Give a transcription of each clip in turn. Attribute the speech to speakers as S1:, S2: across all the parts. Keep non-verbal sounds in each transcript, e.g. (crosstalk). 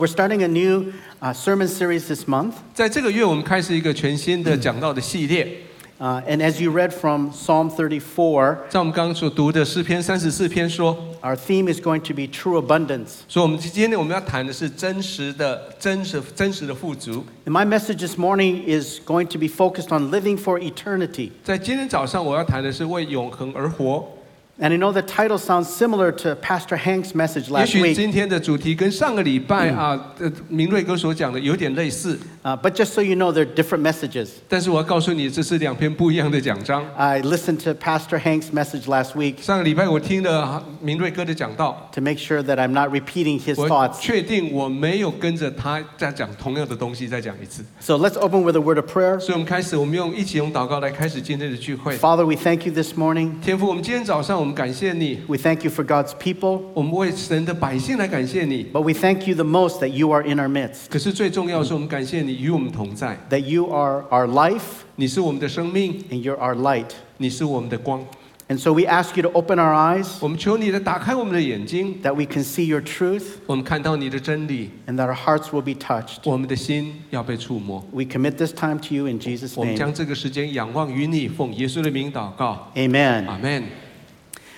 S1: We're starting a new uh, sermon series this month.
S2: 在这个月，我们开始一个全新的讲道的系列。
S1: Uh, and as you read from Psalm 34,
S2: 在我们刚刚所读的诗篇三十四篇说，
S1: our theme is going to be true abundance.
S2: 所以我们今天我们要谈的是真实的、真实、真实的富足。
S1: And my message this morning is going to be focused on living for eternity.
S2: 在今天早上，我要谈的是为永恒而活。
S1: And I know the title sounds similar to Pastor Hank's message
S2: 也
S1: last
S2: 许
S1: week, 嗯
S2: 今天的主题跟上个礼拜啊，呃，明瑞哥所讲的有点类似，
S1: uh, but just so you know, they're different messages.
S2: 但是我要告诉你，这是两篇不一样的奖章。
S1: I listened to Pastor Hank's message last week
S2: 上个礼拜我听了明瑞哥的讲道，
S1: to make sure that I'm not repeating his
S2: 我
S1: thoughts.
S2: 确定我没有跟着他在讲同样的东西，再讲一次。
S1: So let's open with a word of prayer.
S2: 所以，我们开始，我们用一起用祷告来开始今天的聚会。
S1: Father, we thank you this morning.
S2: 天父，我们今天早上我们感谢你，
S1: We thank you for God's people.
S2: 我们为神的百姓来感谢你。
S1: But we thank you the most that you are in our midst,
S2: 可是最重要的是，我们感谢你与我们同在，
S1: that you are our life
S2: 你是我们的生命，
S1: and you're our light.
S2: 你是我们的光。
S1: And so we ask you to open our eyes
S2: 我们求你来打开我们的眼睛，
S1: that we can see your truth
S2: 我们看到你的真理，
S1: and that our hearts will be touched.
S2: 我们的心要被触摸。
S1: We commit this time to you in Jesus'
S2: 我们
S1: name.
S2: 将这个时间仰望于你，奉耶稣的名祷告，
S1: Amen.
S2: 阿门。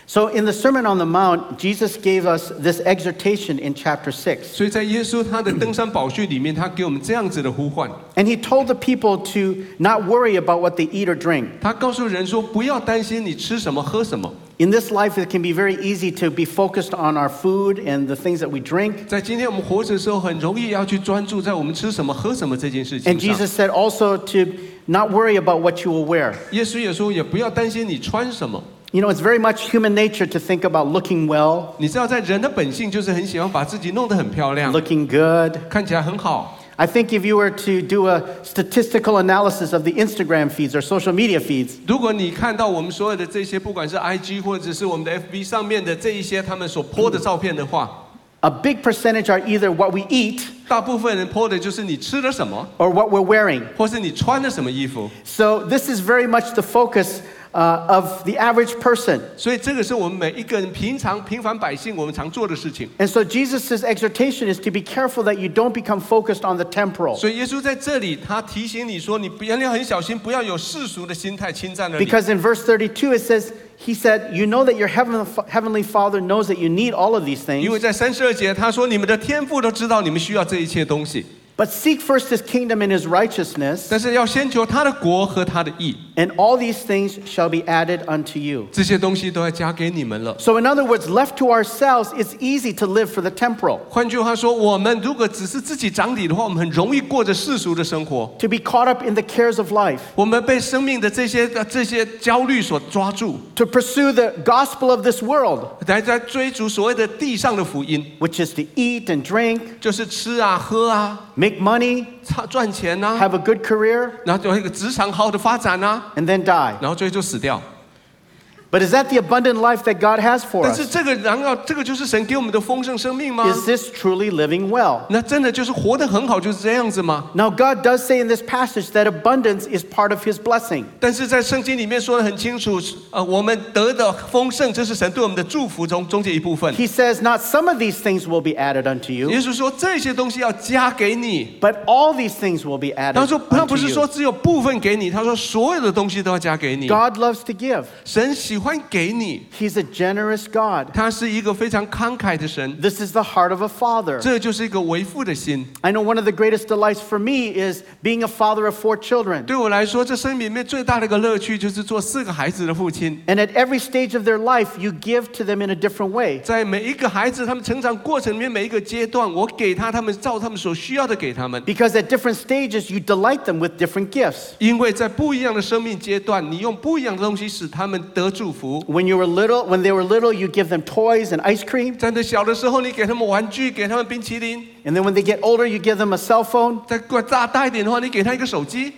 S1: So in the Sermon on the Mount, Jesus gave us this exhortation in chapter 6.
S2: 所以在耶稣他的登山宝训里面，他给我们这样子的呼唤，
S1: And he told the people to not worry about what they eat or drink.
S2: 他告诉人说：不要担心你吃什么喝什么。
S1: In this life, it can be very easy to be focused on our food and the things that we drink.
S2: 在今天我们活着的时候，很容易要去专注在我们吃什么、喝什么这件事情
S1: And
S2: 上。
S1: Jesus said also to not worry about what you will wear.
S2: 耶稣也说，也不要担心你穿什么。
S1: You know, it's very much human nature to think about looking well,
S2: 你知道，在人的本性就是很喜欢把自己弄得很漂亮，
S1: looking good.
S2: 看起来很好。
S1: I think if you were to do a statistical analysis of the Instagram feeds or social media feeds,
S2: 如果你看到我们所有的这些，不管是 IG 或者是我们的 FB 上面的这一些他们所 po 的照片的话，
S1: a big percentage are either what we eat
S2: 大部分人 po 的就是你吃了什么，
S1: or what we're wearing.
S2: 或是你穿了什么衣服。
S1: So this is very much the focus uh, of the average person.
S2: 所以这个是我们每一个人平常平凡百姓我们常做的事情。
S1: And so Jesus' exhortation is to be careful that you don't become focused on the temporal.
S2: 所以耶稣在这里，他提醒你说，你不要你要很小心，不要有世俗的心态侵占了你。
S1: Because in verse 32 it says, He said, You know that your heaven, heavenly Father knows that you need all of these
S2: 因为
S1: things,
S2: 在三十二节，他说：“你们的天父都知道你们需要这一切东西，
S1: but seek first His kingdom and His righteousness,
S2: 但是要先求他的国和他的义，
S1: and all these things shall be added unto you.
S2: 这些东西都要加给你们了。
S1: So, in other words, left to ourselves, it's easy to live for the temporal, ”
S2: 换句话说，我们如果只是自己掌理的话，我们很容易过着世俗的生活，
S1: to be caught up in the cares of life,
S2: 我们被生命的这些这些焦虑所抓住，
S1: to pursue the gospel of this world,
S2: 来在追逐所谓的地上的福音，
S1: which is to eat and drink,
S2: 就是吃啊、喝啊、
S1: make money,
S2: 赚赚钱呐、啊，
S1: have a good career,
S2: 然后有一个职场好好的发展呐、啊，
S1: and then die.
S2: 然后最后就死掉。
S1: But is that the abundant life that God has for
S2: 但是
S1: us?
S2: 这个，然后这个就是神给我们的丰盛生命吗？
S1: Is this truly living well?
S2: 那真的就是活得很好，就是这样子吗？
S1: Now, God does say in this passage that abundance is part of His blessing.
S2: 但是在圣经里面说得很清楚，呃，我们得的丰盛，这是神对我们的祝福中中间一部分。
S1: He says, Not some of these things will be added unto
S2: 耶
S1: you,
S2: 稣说这些东西要加给你，
S1: but all these things will be
S2: 他
S1: added
S2: 说他不
S1: unto
S2: 是说
S1: you.
S2: 只有部分给你，他说所有的东西都要加给你。
S1: God loves to give,
S2: 神喜欢给你，
S1: He's a generous God.
S2: 他是一个非常慷慨的神，
S1: This is the heart of a father.
S2: 这就是一个为父的心。
S1: I know one of the greatest delights for me is being a father of four children.
S2: 对我来说，这生命里面最大的一个乐趣就是做四个孩子的父亲。
S1: And at every stage of their life, you give to them in a different way.
S2: 在每一个孩子他们成长过程里面每一个阶段，我给他他们照他们所需要的给他们。
S1: Because at different stages, you delight them with different gifts.
S2: 因为在不一样的生命阶段，你用不一样的东西使他们得祝福。
S1: When you were little, when they were little, you give them toys and ice cream.
S2: 在那小的时候，你给他们玩具，给他们冰淇淋；
S1: And then when they get older, you give them a cell phone.
S2: 再过大大一点的话，你给他一个手机。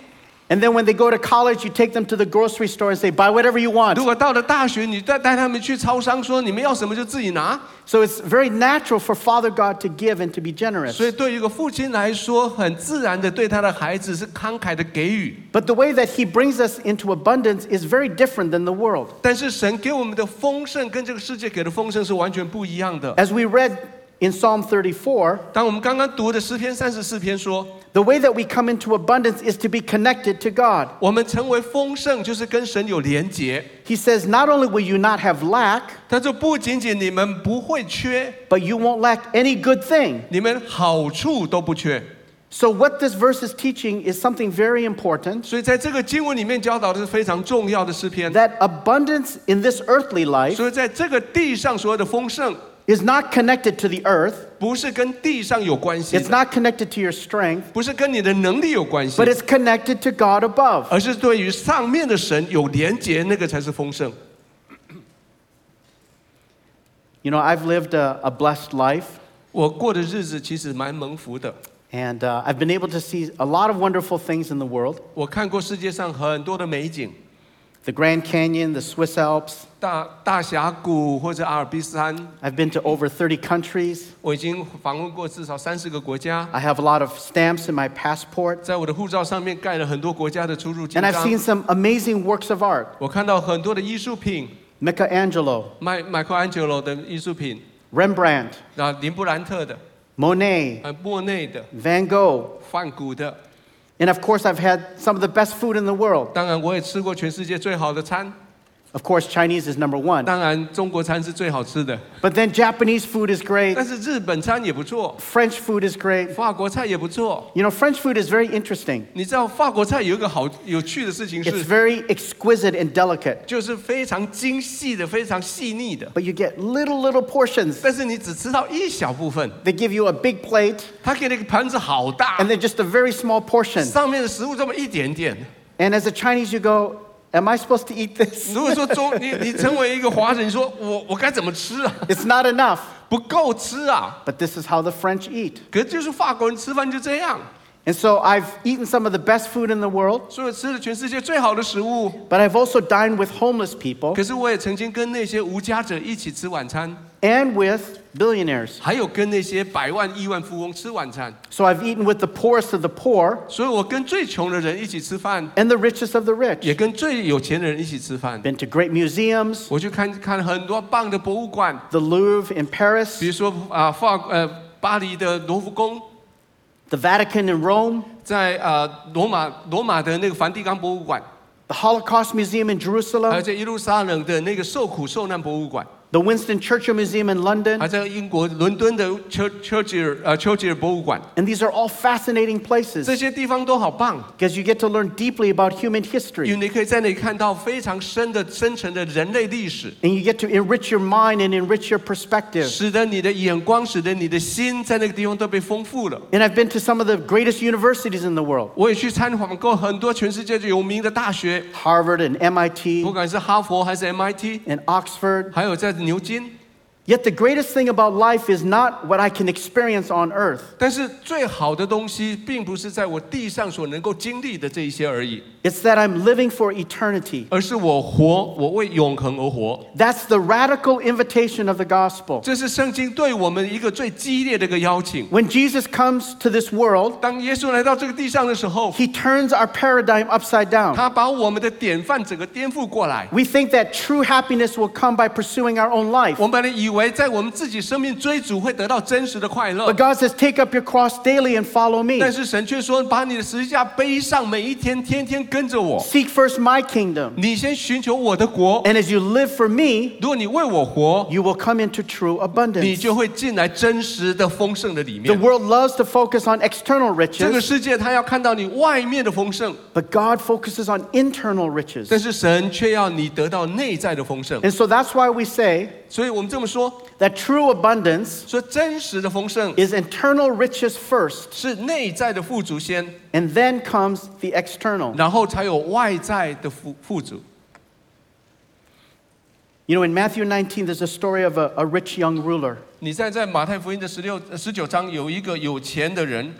S1: And then when they go to college, you take them to the grocery store and say, buy whatever you
S2: 如
S1: want.
S2: 果到了大学，你再带他们去超商，说你们要什么就自己拿。
S1: So it's very natural for Father God to give and to be generous.
S2: 所以，对于一个父亲来说，很自然的对他的孩子是慷慨的给予。
S1: But the way that He brings us into abundance is very different than the world.
S2: 但是，神给我们的丰盛跟这个世界给的丰盛是完全不一样的。
S1: As we read in Psalm 34,
S2: 当我们刚刚读的诗篇三十四篇说，
S1: the way that we come into abundance is to be connected to God.
S2: 我们成为丰盛就是跟神有连结。
S1: He says, Not only will you not have lack,
S2: 他说不仅仅你们不会缺，
S1: but you won't lack any good thing.
S2: 你们好处都不缺。
S1: So, what this verse is teaching is something very important
S2: 所以在这个经文里面教导的是非常重要的诗篇。
S1: that abundance in this earthly life
S2: 所以在这个地上所有的丰盛，
S1: is not connected to the earth,
S2: 不是跟地上有关系
S1: it's，not connected to your strength,
S2: 不是跟你的能力有关系
S1: but，it's connected to God above.
S2: 而是对于上面的神有连结，那个才是丰盛。
S1: You know, I've lived a, a blessed life,
S2: 我过的日子其实蛮蒙福的，
S1: and uh, I've been able to see a lot of wonderful things in the world
S2: 我看过世界上很多的美景，
S1: the Grand Canyon, the Swiss Alps.
S2: 大大峡谷或者阿尔卑斯山，
S1: I've been to over 30 countries.
S2: 我已经访问过至少三十个国家，
S1: I have a lot of stamps in my passport,
S2: 在我的护照上面盖了很多国家的出入境
S1: and I've
S2: 章。
S1: seen some amazing works of art.
S2: 我看到很多的艺术品，
S1: Michelangelo,
S2: 麦麦克安杰罗的艺术品，
S1: Rembrandt,
S2: 啊，林布兰特的，
S1: Monet,
S2: 呃，莫内的，
S1: Van Gogh.
S2: 梵谷的。
S1: And of course, I've had some of the best food in the world.
S2: 当然，我也吃过全世界最好的餐，
S1: Of course, Chinese is number one.
S2: 当然中国餐是最好吃的，
S1: But then Japanese food is great,
S2: 但是日本餐也不错，
S1: French food is great.
S2: 法国菜也不错。
S1: You know, French food is very interesting.
S2: 你知道法国菜有一个好有趣的事情
S1: It's
S2: 是，
S1: very exquisite and delicate,
S2: 就是非常精细的、非常细腻的，
S1: but you get little, little portions.
S2: 但是你只吃到一小部分。
S1: They give you a big plate
S2: 他给了一个盘子好大
S1: and，then just a very small portion.
S2: 上面的食物这么一点点。
S1: And as a Chinese, you go, Am I supposed to eat this?
S2: 如果说中你你成为一个华人，你说我我该怎么吃啊？
S1: It's not enough.
S2: 不够吃啊！
S1: But this is how the French eat.
S2: 可是就是法国人吃饭就这样，
S1: And so I've eaten some of the best food in the world,
S2: 所以吃了全世界最好的食物。
S1: but I've also dined with homeless people
S2: 可是我也曾经跟那些无家者一起吃晚餐，
S1: and with billionaires.
S2: 还有跟那些百万亿万富翁吃晚餐。
S1: So I've eaten with the poorest of the poor
S2: 所以我跟最穷的人一起吃饭，
S1: and the richest of the rich.
S2: 也跟最有钱的人一起吃饭。
S1: Been to great museums,
S2: 我去看看很多棒的博物馆，
S1: the Louvre in
S2: 比
S1: Paris,
S2: 如说啊法呃巴黎的罗浮宫，
S1: the Vatican in Rome,
S2: 在啊罗马罗马的那个梵蒂冈博物馆，
S1: the Holocaust Museum in
S2: 还
S1: Jerusalem,
S2: 有在耶路撒冷的那个受苦受难博物馆，
S1: the Winston Churchill Museum in
S2: 还
S1: London.
S2: 在英国伦敦的 Chur- Churchill 呃 Churchill 博物馆，
S1: And these are all fascinating places
S2: 这些地方都好棒，
S1: because you get to learn deeply about human
S2: 因
S1: history
S2: 为你可以在那里看到非常深的深层的人类历史，
S1: and you get to enrich your mind and enrich your perspective.
S2: 使得你的眼光，使得你的心在那个地方都被丰富了。
S1: And I've been to some of the greatest universities in the world
S2: 我也去参访过很多全世界有名的大学，
S1: Harvard and
S2: 不
S1: MIT
S2: 管是哈佛还是 MIT，
S1: and Oxford.
S2: 还有在牛津。
S1: Yet the greatest thing about life is not what I can experience on earth.
S2: 但是最好的东西，并不是在我地上所能够经历的这一些而已，
S1: It's that I'm living for eternity.
S2: 而是我活，我为永恒而活。
S1: That's the radical invitation of the gospel.
S2: 这是圣经对我们一个最激烈的一个邀请。
S1: When Jesus comes to this world,
S2: 当耶稣来到这个地上的时候，
S1: he turns our paradigm upside down.
S2: 他把我们的典范整个颠覆过来。
S1: We think that true happiness will come by pursuing our own life.
S2: 我们本来以为在我们自己生命追逐会得到真实的快乐
S1: But，God says, Take up your cross daily and follow
S2: 但
S1: me.
S2: 是神却说：“把你的十字架背上，每一天，天天跟着我。
S1: Seek first my kingdom.
S2: 你先寻求我的国，
S1: And as you live for me,
S2: 如果你为我活，
S1: you will come into true
S2: 你
S1: abundance.
S2: 就会进来真实的丰盛的里
S1: The
S2: 面。
S1: world loves to focus on external
S2: 这个
S1: riches,
S2: 世界他要看到你外面的丰盛，
S1: but God focuses on internal riches.
S2: 但是神却要你得到内在的丰盛。
S1: And so that's why we say
S2: 所以我们这么说，
S1: that true abundance
S2: 说真实的丰盛
S1: is internal riches first,
S2: 是内在的富足先，
S1: and then comes the external.
S2: 然后才有外在的富富足。
S1: You know, in Matthew 19, there's a story of a, a rich young ruler.
S2: 你在在马太福音的十六、十九章有一个有钱的人，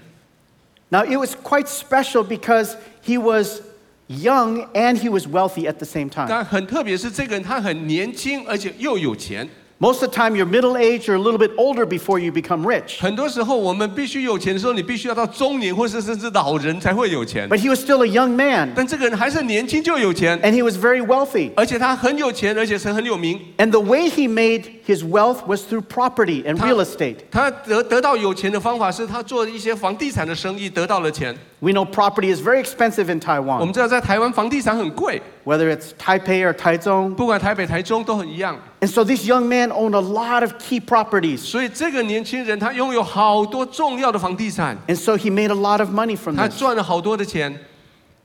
S1: Now, it was quite special because he was young and he was wealthy at the same time.
S2: 但很特别是这个人他很年轻，而且又有钱。
S1: Most of the time, you're middle aged or a little bit older before you become rich.
S2: 很多时候我们必须有钱的时候，你必须要到中年或是甚至老人才会有钱。
S1: But he was still a young man
S2: 但这个人还是年轻就有钱，
S1: and he was very wealthy.
S2: 而且他很有钱，而且是很有名。
S1: And the way he made his wealth was through property and
S2: Ta-
S1: real estate.
S2: 他得得到有钱的方法是他做一些房地产的生意得到了钱。
S1: We know property is very expensive in
S2: 我们
S1: Taiwan,
S2: 知道在台湾房地产很贵，
S1: whether it's Taipei or Taichung.
S2: 不管台北、台中都很一样。
S1: And so this young man owned a lot of key properties.
S2: 所以这个年轻人他拥有好多重要的房地产，
S1: And so he made a lot of money from
S2: 他
S1: this.
S2: 赚了好多的钱，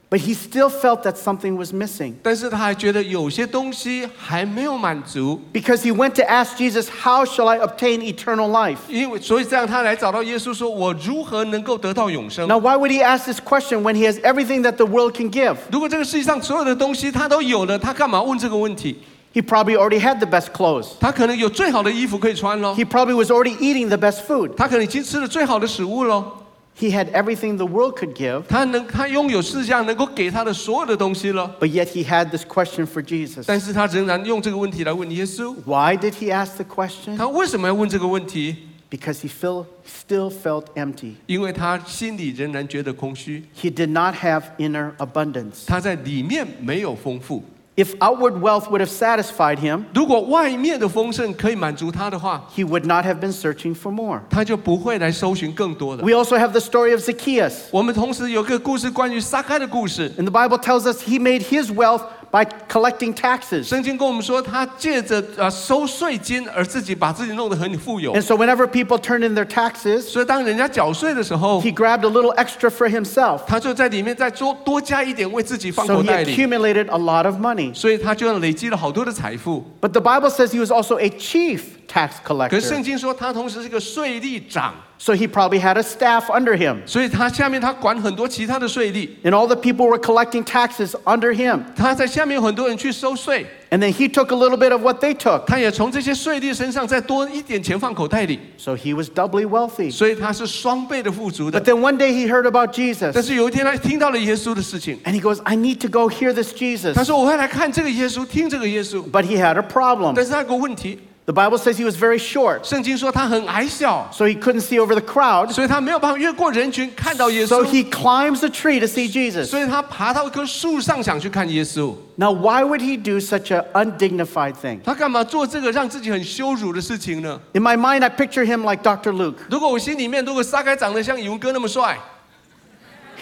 S1: But he still felt that something was missing
S2: 但是他还觉得有些东西还没有满足，
S1: because he went to ask Jesus, How shall I obtain eternal life?
S2: 因为所以这样他来找到耶稣说：“我如何能够得到永生
S1: Now, why would he ask this question when he has everything that the world can give? ？”
S2: 如果这个世界上所有的东西他都有了，他干嘛问这个问题？
S1: He probably already had the best clothes.
S2: 他可能有最好的衣服可以穿喽，
S1: He probably was already eating the best food.
S2: 他可能已经吃了最好的食物喽。
S1: He had everything the world could give,
S2: 他能，他拥有世上能够给他的所有的东西了，
S1: but yet he had this question for Jesus.
S2: 但是他仍然用这个问题来问耶稣，
S1: Why did he ask the question?
S2: 他为什么要问这个问题？
S1: Because he feel, still felt empty.
S2: 因为他心里仍然觉得空虚，
S1: He did not have inner abundance.
S2: 他在里面没有丰富。
S1: If outward wealth would have satisfied him,
S2: 如果外面的丰盛可以满足他的话，
S1: he would not have been searching for more.
S2: 他就不会来搜寻更多的。
S1: We also have the story of Zacchaeus.
S2: 我们同时有个故事关于撒开的故事，
S1: And the Bible tells us he made his wealth by collecting taxes.
S2: 圣经跟我们说，他借着呃收税金而自己把自己弄得很富有，
S1: And so whenever people turned in their taxes,
S2: 所以当人家缴税的时候，
S1: he grabbed a little extra for himself.
S2: 他就在里面再多多加一点为自己放
S1: So
S2: 口
S1: he
S2: 袋里。
S1: accumulated a lot of money.
S2: 所以他就累积了好多的财富。
S1: But the Bible says he was also a chief tax
S2: 可是圣
S1: collector.
S2: 经说他同时是个税吏长，
S1: So he probably had a staff under him.
S2: 所以他下面他管很多其他的税吏，
S1: And all the people were collecting taxes under him.
S2: 他在下面有很多人去收税，
S1: And then he took a little bit of what they took.
S2: 他也从这些税吏身上再多一点钱放口袋里，
S1: So he was doubly wealthy.
S2: 所以他是双倍的富足
S1: But
S2: 的。
S1: then one day he heard about
S2: 但
S1: Jesus.
S2: 是有一天他听到了耶稣的事情，
S1: And he goes, I need to go hear this
S2: 他
S1: Jesus.
S2: 说我会来看这个耶稣，听这个耶稣，
S1: But he had a problem.
S2: 但是他有个问题，
S1: The Bible says he was very short,
S2: 圣经说他很矮小，
S1: so he couldn't see over the crowd.
S2: 所以他没有办法越过人群看到耶
S1: So
S2: 稣。
S1: he climbs a tree to see Jesus.
S2: 所以他爬到一棵树上想去看耶稣，
S1: Now, why would he do such an undignified thing?
S2: 他干嘛做这个让自己很羞辱的事情呢？
S1: In my mind, I picture him like Dr. Luke
S2: 如果我心里面如果沙该长得像宇文哥那么帅，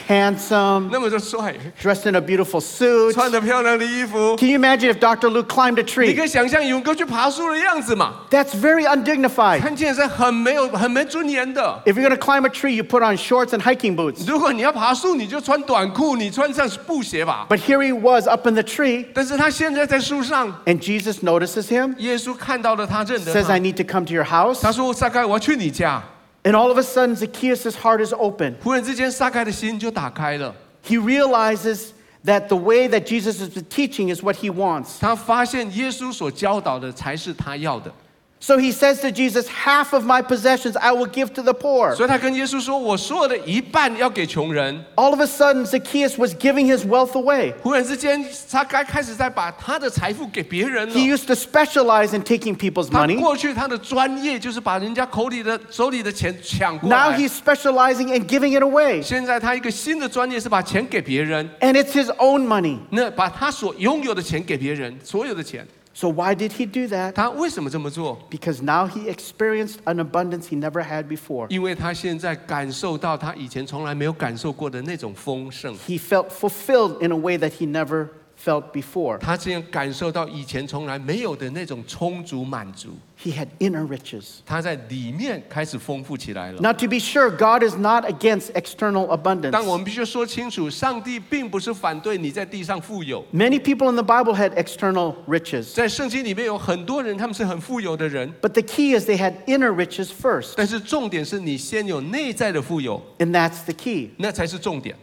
S1: handsome,
S2: 那么就帅，
S1: dressed in a beautiful suit.
S2: 穿着漂亮的衣服，
S1: Can you imagine if Dr. Luke climbed a
S2: 你
S1: tree?
S2: 可以想象宇文哥去爬树的样子嘛？
S1: That's very undignified.
S2: 看起来是很没有、很没尊严的。
S1: If you're going to climb a tree, you put on shorts and hiking boots.
S2: 如果你要爬树，你就穿短裤，你穿上布鞋吧。
S1: But here he was up in the tree,
S2: 但是他现在在树上，
S1: and Jesus notices him,
S2: 耶稣看到了他，认得
S1: says, I
S2: 他。
S1: need to come to your house.
S2: 他说：“撒该，我要去你家。
S1: And all of a sudden, Zacchaeus' heart is open. ”
S2: 忽然之间，撒该的心就打开了。
S1: He realizes that the way that Jesus has been teaching is what he wants.
S2: 他发现耶稣所教导的才是他要的，
S1: So he says to Jesus, Half of my possessions I will give to the poor.
S2: 所以他跟耶稣说：“我所有的一半要给穷人。”
S1: All of a sudden, Zacchaeus was giving his wealth away.
S2: 忽然之间，他该开始在把他的财富给别人
S1: He
S2: 了。
S1: used to specialize in taking people's
S2: 他
S1: money.
S2: 过去他的专业就是把人家口里的、手里的钱抢过
S1: Now
S2: 来。
S1: he's specializing in giving it away.
S2: 现在他一个新的专业是把钱给别人，
S1: And it's his own money.
S2: 那把他所拥有的钱给别人，所有的钱。
S1: So why did he do that?
S2: 他为什么这么做？
S1: Because now he experienced an abundance he never had before.
S2: 因为他现在感受到他以前从来没有感受过的那种丰盛，
S1: He felt fulfilled in a way that he never felt before.
S2: 他这样感受到以前从来没有的那种充足满足，
S1: He had inner riches.
S2: 他在里面开始丰富起来了。
S1: Now, to be sure, God is not against external
S2: 但我
S1: abundance.
S2: 们必须说清楚，上帝并不是反对你在地上富有，
S1: Many people in the Bible had external riches,
S2: 在圣经里面有很多人，他们是很富有的人，
S1: but the key is they had inner riches first,
S2: 但是重点是你先有内在的富有，
S1: and that's the key.
S2: 那才是重点。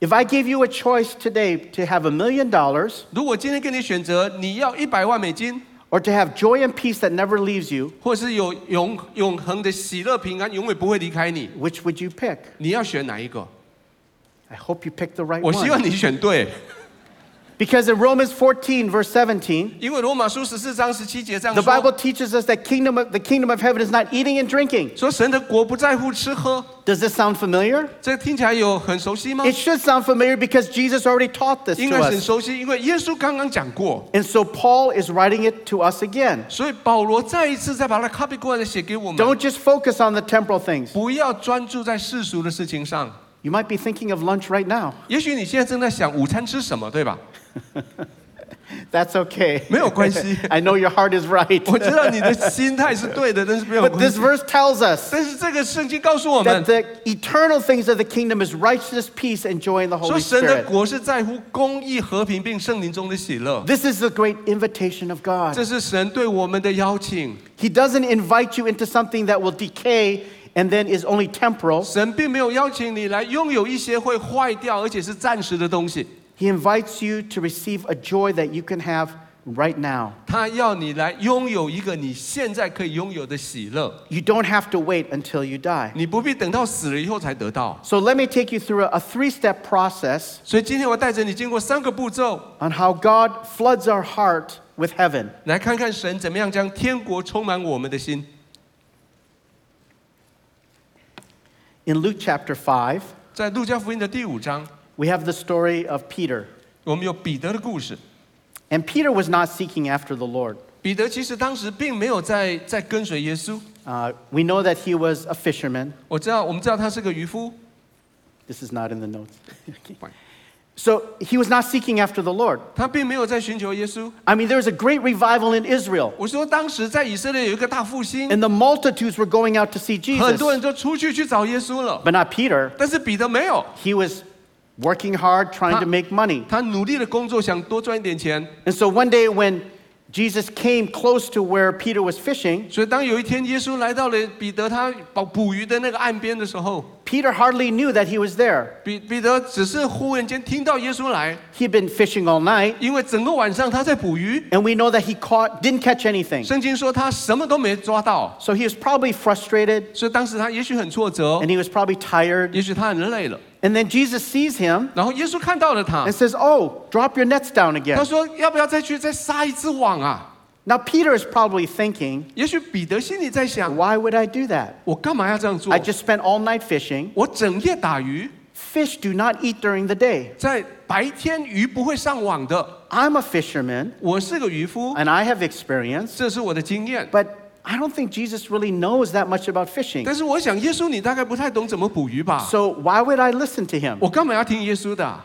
S1: If I gave you a choice today to have a million dollars
S2: 如果今天跟你选择，你要一百万美金，
S1: or to have joy and peace that never leaves you,
S2: 或是有永永恒的喜乐平安，永远不会离开你，
S1: which would you pick?
S2: 你要选哪一个？
S1: I hope you pick the right
S2: 我希望
S1: one
S2: 你选对，
S1: Because in Romans 14, verse 17,
S2: 因为罗马书十四章十七节这样
S1: the
S2: 说
S1: Bible teaches us that kingdom of, the kingdom of heaven is not eating and drinking.
S2: 说神的国不在乎吃喝，
S1: Does this sound familiar?
S2: 这听起来有很熟悉吗
S1: It？should sound familiar because Jesus already taught this
S2: 应
S1: to
S2: 该很
S1: us.
S2: 熟悉，因为耶稣刚刚讲过，
S1: And so Paul is writing it to us again.
S2: 所以保罗再一次再把它 copy 过来写给我们。
S1: Don't just focus on the temporal things.
S2: 不要专注在世俗的事情上。
S1: You might be thinking of lunch right now.
S2: 也许你现在正在想午餐吃什么，
S1: (laughs)
S2: 对吧？
S1: That's okay.
S2: 没有关系。
S1: (laughs) I know your heart is right.
S2: 我知道你的心态是对的，但是没
S1: (laughs)
S2: 有
S1: But
S2: 关
S1: this
S2: 系。
S1: verse tells us
S2: 但是这个圣经告诉我
S1: that
S2: 们，
S1: the eternal things of the kingdom is righteousness, peace, and joy in the
S2: 说
S1: Holy
S2: 神的
S1: Spirit.
S2: 国是在乎公义、和平并圣灵中的喜乐。
S1: This is the great invitation of God.
S2: 这是神对我们的邀请。
S1: He doesn't invite you into something that will decay and then is only temporal.
S2: 神并没有邀请你来拥有一些会坏掉而且是暂时的东西，
S1: He invites you to receive a joy that you can have right now.
S2: 他要你来拥有一个你现在可以拥有的喜乐。
S1: You don't have to wait until you die.
S2: 你不必等到死了以后才得到。
S1: So let me take you through a, a three step process
S2: 所以今天我带着你经过三个步骤，
S1: on how God floods our heart with heaven.
S2: 来看看神怎么样将天国充满我们的心。
S1: In Luke chapter 5,
S2: 在路加福音的第五章，
S1: we have the story of Peter.
S2: 我们有彼得的故事。
S1: And Peter was not seeking after the Lord.
S2: 彼得其实当时并没有在在跟随耶稣。
S1: Uh, we know that he was a fisherman.
S2: 我知道，我们知道他是个渔夫，
S1: This is not in the notes. (laughs) Okay. So he was not seeking after the Lord.
S2: 他并没有在寻求耶稣。
S1: I mean, there was a great revival in Israel,
S2: 我说，当时在以色列有一个大复兴，
S1: and the multitudes were going out to see
S2: 很多人
S1: Jesus.
S2: 就出去去找耶稣了，
S1: But not Peter.
S2: 但是彼得没有，
S1: He was working hard, trying to
S2: Huh?
S1: make money.
S2: 他努力的工作，想多赚一点钱。
S1: And so one day when Jesus came close to where Peter was fishing,
S2: 所以当有一天耶稣来到了彼得他捕捕鱼的那个岸边的时候，
S1: Peter hardly knew that he was there.
S2: 彼彼得只是忽然间听到耶稣来，
S1: He'd been fishing all night,
S2: 因为整个晚上他在捕鱼，
S1: and we know that he caught didn't catch anything.
S2: 圣经说他什么都没抓到，
S1: So he was probably frustrated
S2: 所以当时他也许很挫折，
S1: and he was probably tired.
S2: 也许他很累了。
S1: And then Jesus sees him
S2: 然后耶稣看到了他
S1: and，says, "Oh, drop your nets down
S2: 他
S1: again."
S2: 说：“要不要再去再撒一只网啊
S1: Now Peter is probably thinking,？”
S2: 也许彼得心里在想
S1: "Why would I do that? ：“
S2: 我干嘛要这样做
S1: I？just spent all night fishing.
S2: 我整夜打鱼，
S1: Fish do not eat during the day.
S2: 在白天鱼不会上网的。
S1: I'm a fisherman
S2: 我是个渔夫，
S1: and I have experience,
S2: 这是我的经验。
S1: but I don't think Jesus really knows that much about fishing.
S2: 但是我想，耶稣你大概不太懂怎么捕鱼吧？
S1: So why would I listen to him?
S2: 我干嘛要听耶稣的啊、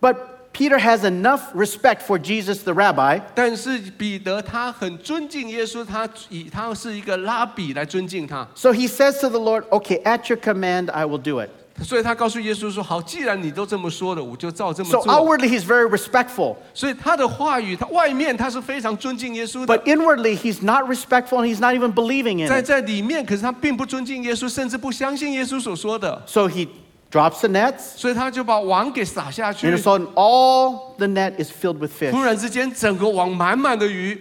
S1: But Peter has enough respect for Jesus the rabbi
S2: 但是彼得他很尊敬耶稣，他以他是一个拉比来尊敬他，
S1: So he says to the Lord, Okay, at your command, I will do it.
S2: 所以他告诉耶稣说：“好，既然你都这么说了，我就照这么
S1: So
S2: 做。
S1: outwardly, he's very respectful, ”
S2: 所以他的话语，他外面他是非常尊敬耶稣的，
S1: but inwardly, he's not respectful and he's not even believing in
S2: 在
S1: it.
S2: 在里面，可是他并不尊敬耶稣，甚至不相信耶稣所说的，
S1: So he drops the nets,
S2: 所以他就把网给撒下去
S1: and。all of a sudden, all the net is filled with fish.
S2: 突然之间，整个网满满的鱼，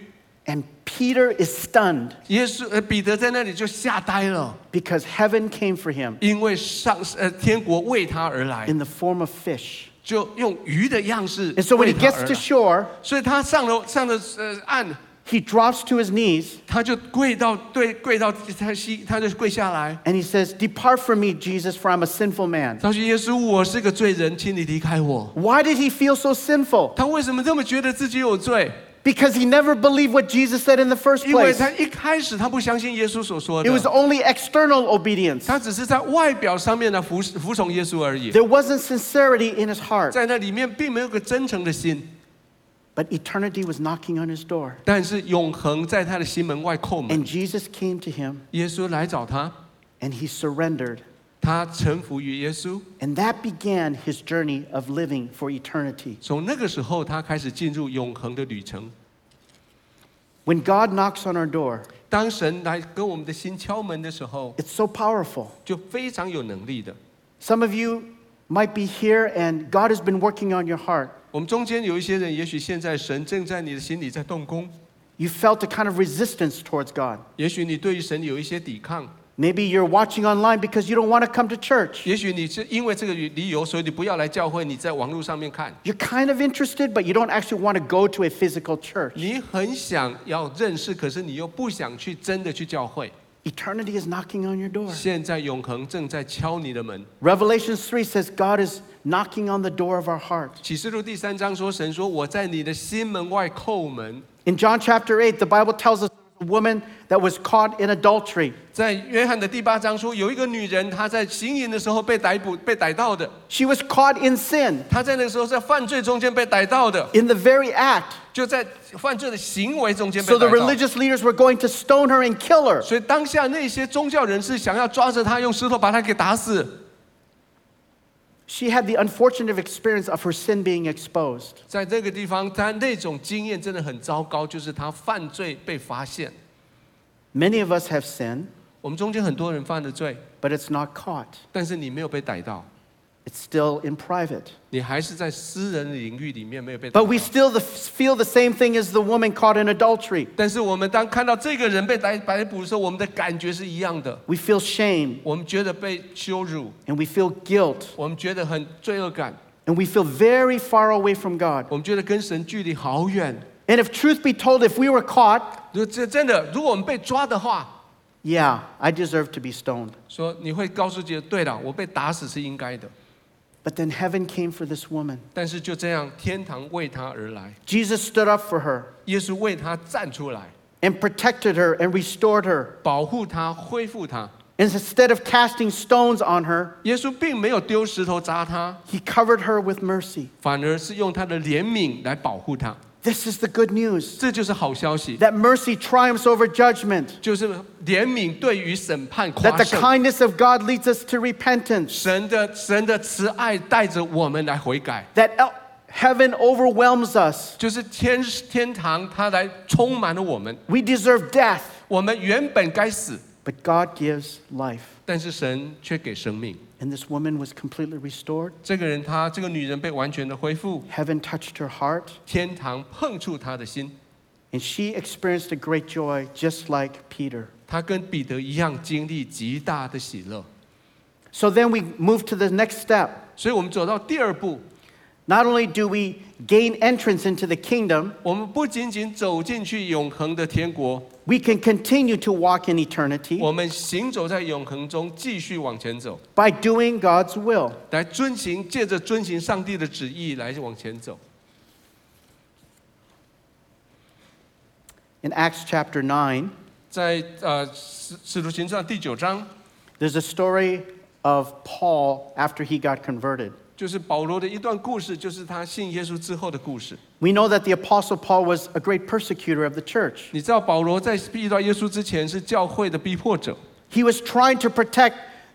S1: And Peter is stunned
S2: 耶稣呃彼得在那里就吓呆了，
S1: because heaven came for him
S2: 因为上呃天国为他而来，
S1: in the form of fish.
S2: 就用鱼的样式
S1: And so when
S2: 为
S1: he
S2: 他
S1: gets
S2: 而
S1: to
S2: 来。
S1: shore,
S2: 所以他上了上了呃岸，
S1: he drops to his knees
S2: 他就跪到对跪到他膝，他就跪下来。
S1: and he says, Depart from me, Jesus, for I'm a sinful man.
S2: 他说：“耶稣，我是个罪人，请你离开我。
S1: Why did he feel so sinful? ”
S2: 他为什么这么觉得自己有罪？
S1: Because he never believed what Jesus said in the first
S2: 因为
S1: place.
S2: 他一开始他不相信耶稣所说
S1: It was
S2: 的，
S1: only external obedience.
S2: 他只是在外表上面的服服从耶稣而已，
S1: There wasn't sincerity in his heart,
S2: 在那里面并没有个真诚的心。
S1: but eternity was knocking on his door.
S2: 但是永恒在他的心门外叩门，
S1: And Jesus came to him
S2: 耶稣来找他，
S1: and he surrendered.
S2: 他臣服于耶稣。
S1: And that began his journey of living for eternity.
S2: 从那个时候，他开始进入永恒的旅程。
S1: When God knocks on our door,
S2: 当神来跟我们的心敲门的时候，
S1: it's so powerful.
S2: 就非常有能力的。
S1: Some of you might be here and God has been working on your heart.
S2: 我们中间有一些人，也许现在神正在你的心里在动工，
S1: You felt a kind of resistance towards God.
S2: 也许你对于神有一些抵抗，
S1: Maybe you're watching online because you don't want to come to church.
S2: 也许你是因为这个理由，所以你不要来教会，你在网络上面看，
S1: You're kind of interested, but you don't actually want to go to a physical church.
S2: 你很想要认识，可是你又不想去真的去教会。
S1: Eternity is knocking on your door.
S2: 现在永恒正在敲你的门。
S1: Revelation 3 says God is knocking on the door of our heart.
S2: 启示录第三章说，神说：“我在你的心门外叩门。
S1: In John chapter 8, the Bible tells us a woman that was caught in adultery. ”
S2: 在约翰的第八章说，有一个女人，她在行淫的时候被逮捕、被逮到的。
S1: She was caught in sin,
S2: 她在那个时候在犯罪中间被逮到的，
S1: in the very act.
S2: 就在犯罪的行为中间被
S1: So
S2: 逮
S1: the
S2: 到。
S1: religious leaders were going to stone her and kill her.
S2: 所以当下那些宗教人士想要抓着她，用石头把她给打死。
S1: She had the unfortunate experience of her sin being exposed.
S2: 在这个地方，她那种经验真的很糟糕，就是她犯罪被发现。
S1: Many of us have sin,
S2: 我们中间很多人犯了罪，
S1: but it's not caught.
S2: 但是你没有被逮到，
S1: It's still in private.
S2: 你还是在私人领域里面没有被逮
S1: But
S2: 到。
S1: we still the, feel the same thing as the woman caught in adultery.
S2: 但是我们当看到这个人被逮逮捕的时候，我们的感觉是一样的，
S1: We feel shame
S2: 我们觉得被羞辱，
S1: and we feel guilt
S2: 我们觉得很罪恶感，
S1: and we feel very far away from God.
S2: 我们觉得跟神距离好远。
S1: And if truth be told, if we were caught,
S2: 如果这真的，如果我们被抓的话，
S1: yeah, I deserve to be stoned.
S2: 说你会告诉自己，对了，我被打死是应该的。
S1: But then heaven came for this woman.
S2: 但是就这样，天堂为他而来，
S1: Jesus stood up for her
S2: 耶稣为他站出来，
S1: and protected her and restored her.
S2: 保护他，恢复他。
S1: And instead of casting stones on her,
S2: 耶稣并没有丢石头砸他，
S1: he covered her with mercy.
S2: 反而是用他的怜悯来保护他。
S1: This is the good news
S2: 这就是好消息，
S1: that mercy triumphs over judgment,
S2: 就是怜悯对于审判
S1: that
S2: 夸
S1: the
S2: 胜。
S1: kindness of God leads us to repentance,
S2: 神的神的慈爱带着我们来悔改，
S1: that el- heaven overwhelms us.
S2: 就是天天堂它来充满了我们。
S1: We deserve death,
S2: 我们原本该死，
S1: but God gives life.
S2: 但是神却给生命。
S1: And this woman was completely restored.
S2: 这个人他这个女人被完全的恢复，
S1: Heaven touched her heart,
S2: 天堂碰触她的心，
S1: and she experienced a great joy, just like Peter.
S2: 她跟彼得一样经历极大的喜乐。
S1: So then we move to the next step.
S2: 所以我们走到第二步，
S1: Not only do we gain entrance into the kingdom,
S2: 我们不仅仅走进去永恒的天国，
S1: we can continue to walk in eternity
S2: 我们行走在永恒中，继续往前走，
S1: by doing God's will.
S2: 来遵行，借着遵行上帝的旨意来往前走。
S1: In Acts chapter 9,
S2: 在呃《使使徒行传》第九章，
S1: there's a story of Paul after he got converted.
S2: 就是保罗的一段故事，就是他信耶稣之后的故事。
S1: We know that the apostle Paul was a great persecutor of the church.
S2: 你知道，保罗在遇到耶稣之前是教会的逼迫者，
S1: He was trying to protect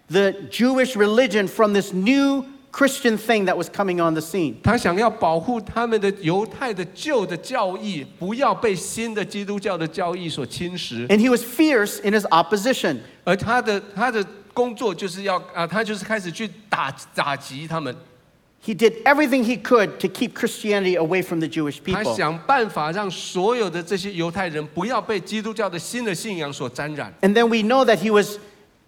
S1: the Jewish religion from this new Christian thing that was coming on the scene.
S2: 他想要保护他们的犹太的旧的教义，不要被新的基督教的教义所侵蚀。
S1: And he was fierce in his opposition.
S2: 而他的他的工作就是要啊，他就是开始去打打击他们，
S1: He did everything he could to keep Christianity away from the Jewish
S2: 他
S1: people.
S2: 想办法让所有的这些犹太人不要被基督教的新的信仰所沾染。
S1: And then we know that he was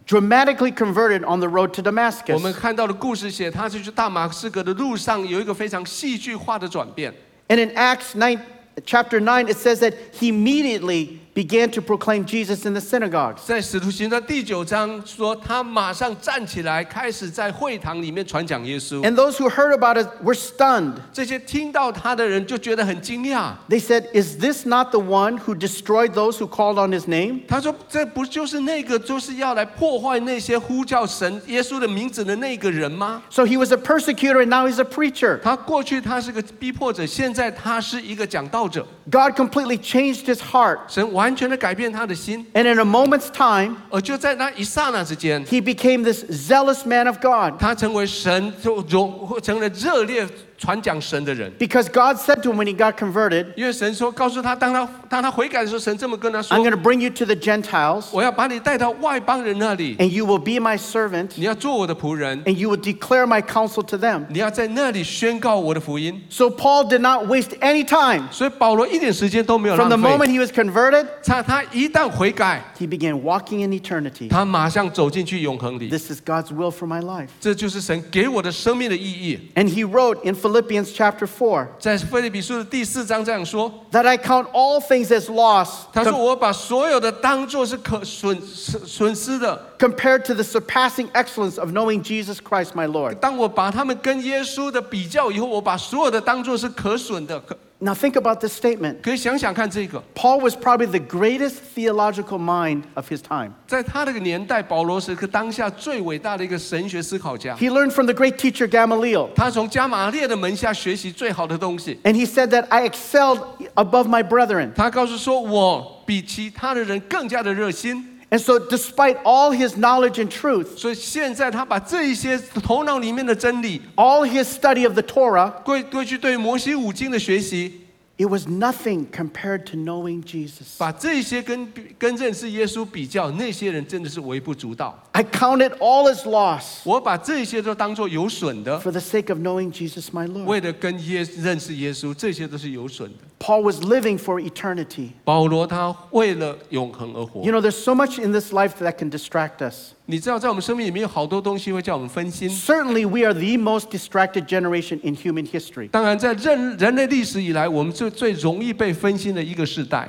S1: dramatically converted on the road to
S2: 我
S1: Damascus.
S2: 们看到的故事写，他是去大马士革的路上有一个非常戏剧化的转变。
S1: And in Acts 9, chapter 9, it says that he immediately began to proclaim Jesus in the synagogues.
S2: 在《使徒行传》第九章说，他马上站起来，开始在会堂里面传讲耶稣。
S1: And those who heard about it were stunned.
S2: 这些听到他的人就觉得很惊讶，
S1: They said, Is this not the one who destroyed those who called on his name?
S2: 他说：“这不就是那个就是要来破坏那些呼叫神耶稣的名字的那个人吗？”
S1: So he was a persecutor and now he's a preacher.
S2: 他过去他是个逼迫者，现在他是一个讲道者。
S1: God completely changed his heart.
S2: 神完全的改变他的心，
S1: And in a moment's time,
S2: 而就在那一刹那之间，
S1: he became this zealous man of God
S2: 他成为神就荣成了热烈传讲神的人。
S1: because God said to him when he got converted,
S2: 因为神说，告诉他，当他当他悔改的时候，神这么跟他
S1: I'm going
S2: 说
S1: to bring you to the：“ Gentiles
S2: 我要把你带到外邦人那里，
S1: and you will be my servant
S2: 你要做我的仆人，
S1: and you will declare my counsel to them.
S2: 你要在那里宣告我的福音。
S1: So Paul did not waste any time ”
S2: 所以保罗一点时间都没有
S1: from the
S2: 浪费
S1: moment。he was converted
S2: 他他一旦悔改，
S1: he began walking in eternity.
S2: 他马上走进去永恒里。
S1: This is God's will for my life.
S2: 这就是神给我的生命的意义。
S1: And he wrote in Philippians chapter 4
S2: 在菲利比书的第四章这样说，
S1: that I count all things as loss
S2: 他说：“
S1: com-
S2: 我把所有的当作是可损损损失的，
S1: compared to the surpassing excellence of knowing Jesus Christ my Lord.
S2: 当我把他们跟耶稣的比较以后，我把所有的当作是可损的。可
S1: Now think about this statement.
S2: 可以想想看，这个
S1: Paul was probably the greatest theological mind of his time.
S2: 在他那个年代，保罗是个当下最伟大的一个神学思考家。
S1: He learned from the great teacher Gamaliel.
S2: 他从加马列的门下学习最好的东西。
S1: And he said that I excelled above my brethren.
S2: 他告诉说，我比其他的人更加的热心。
S1: And so, despite all his knowledge and truth,
S2: 所以现在他把这一些头脑里面的真理，
S1: all his study of the Torah,
S2: 过过去对摩西五经的学习，
S1: it was nothing compared to knowing Jesus.
S2: 把这些跟跟认识耶稣比较，那些人真的是微不足道。
S1: I counted all as loss
S2: 我把这些都当做有损的，
S1: for the sake of knowing Jesus my Lord.
S2: 为了跟耶认识耶稣，这些都是有损的。
S1: Paul was living for eternity.
S2: 保罗他为了永恒而活
S1: You。know, there's so much in this life that can distract us.
S2: 你知道，在我们生命里面有好多东西会叫我们分心。
S1: Certainly, we are the most distracted generation in human history.
S2: 当然，在人人类历史以来，我们最最容易被分心的一个时代，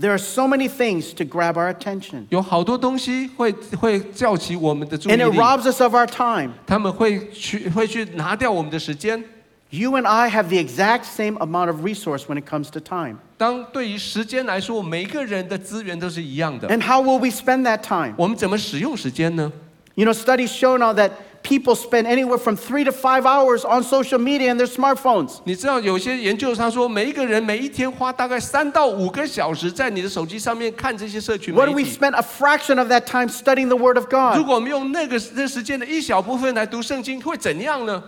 S1: There are so many things to grab our attention,
S2: 有好多东西会会叫起我们的注意
S1: and it
S2: 力，
S1: robs us of our time.
S2: 他们会去会去拿掉我们的时间。
S1: You and I have the exact same amount of resource when it comes to time.
S2: 当对于时间来说，每个人的资源都是一样的，
S1: And how will we spend that time?
S2: 我们怎么使用时间呢？
S1: You know, studies show now that people spend anywhere from three to five hours on social media and their smartphones.
S2: 你知道有些研究他说，每一个人每一天花大概三到五个小时在你的手机上面看这些社群
S1: What do
S2: 媒
S1: we
S2: 体。
S1: spend a fraction of that time studying the Word of
S2: 如
S1: God?
S2: 果我们用那个那时间的一小部分来读圣经，会怎样呢？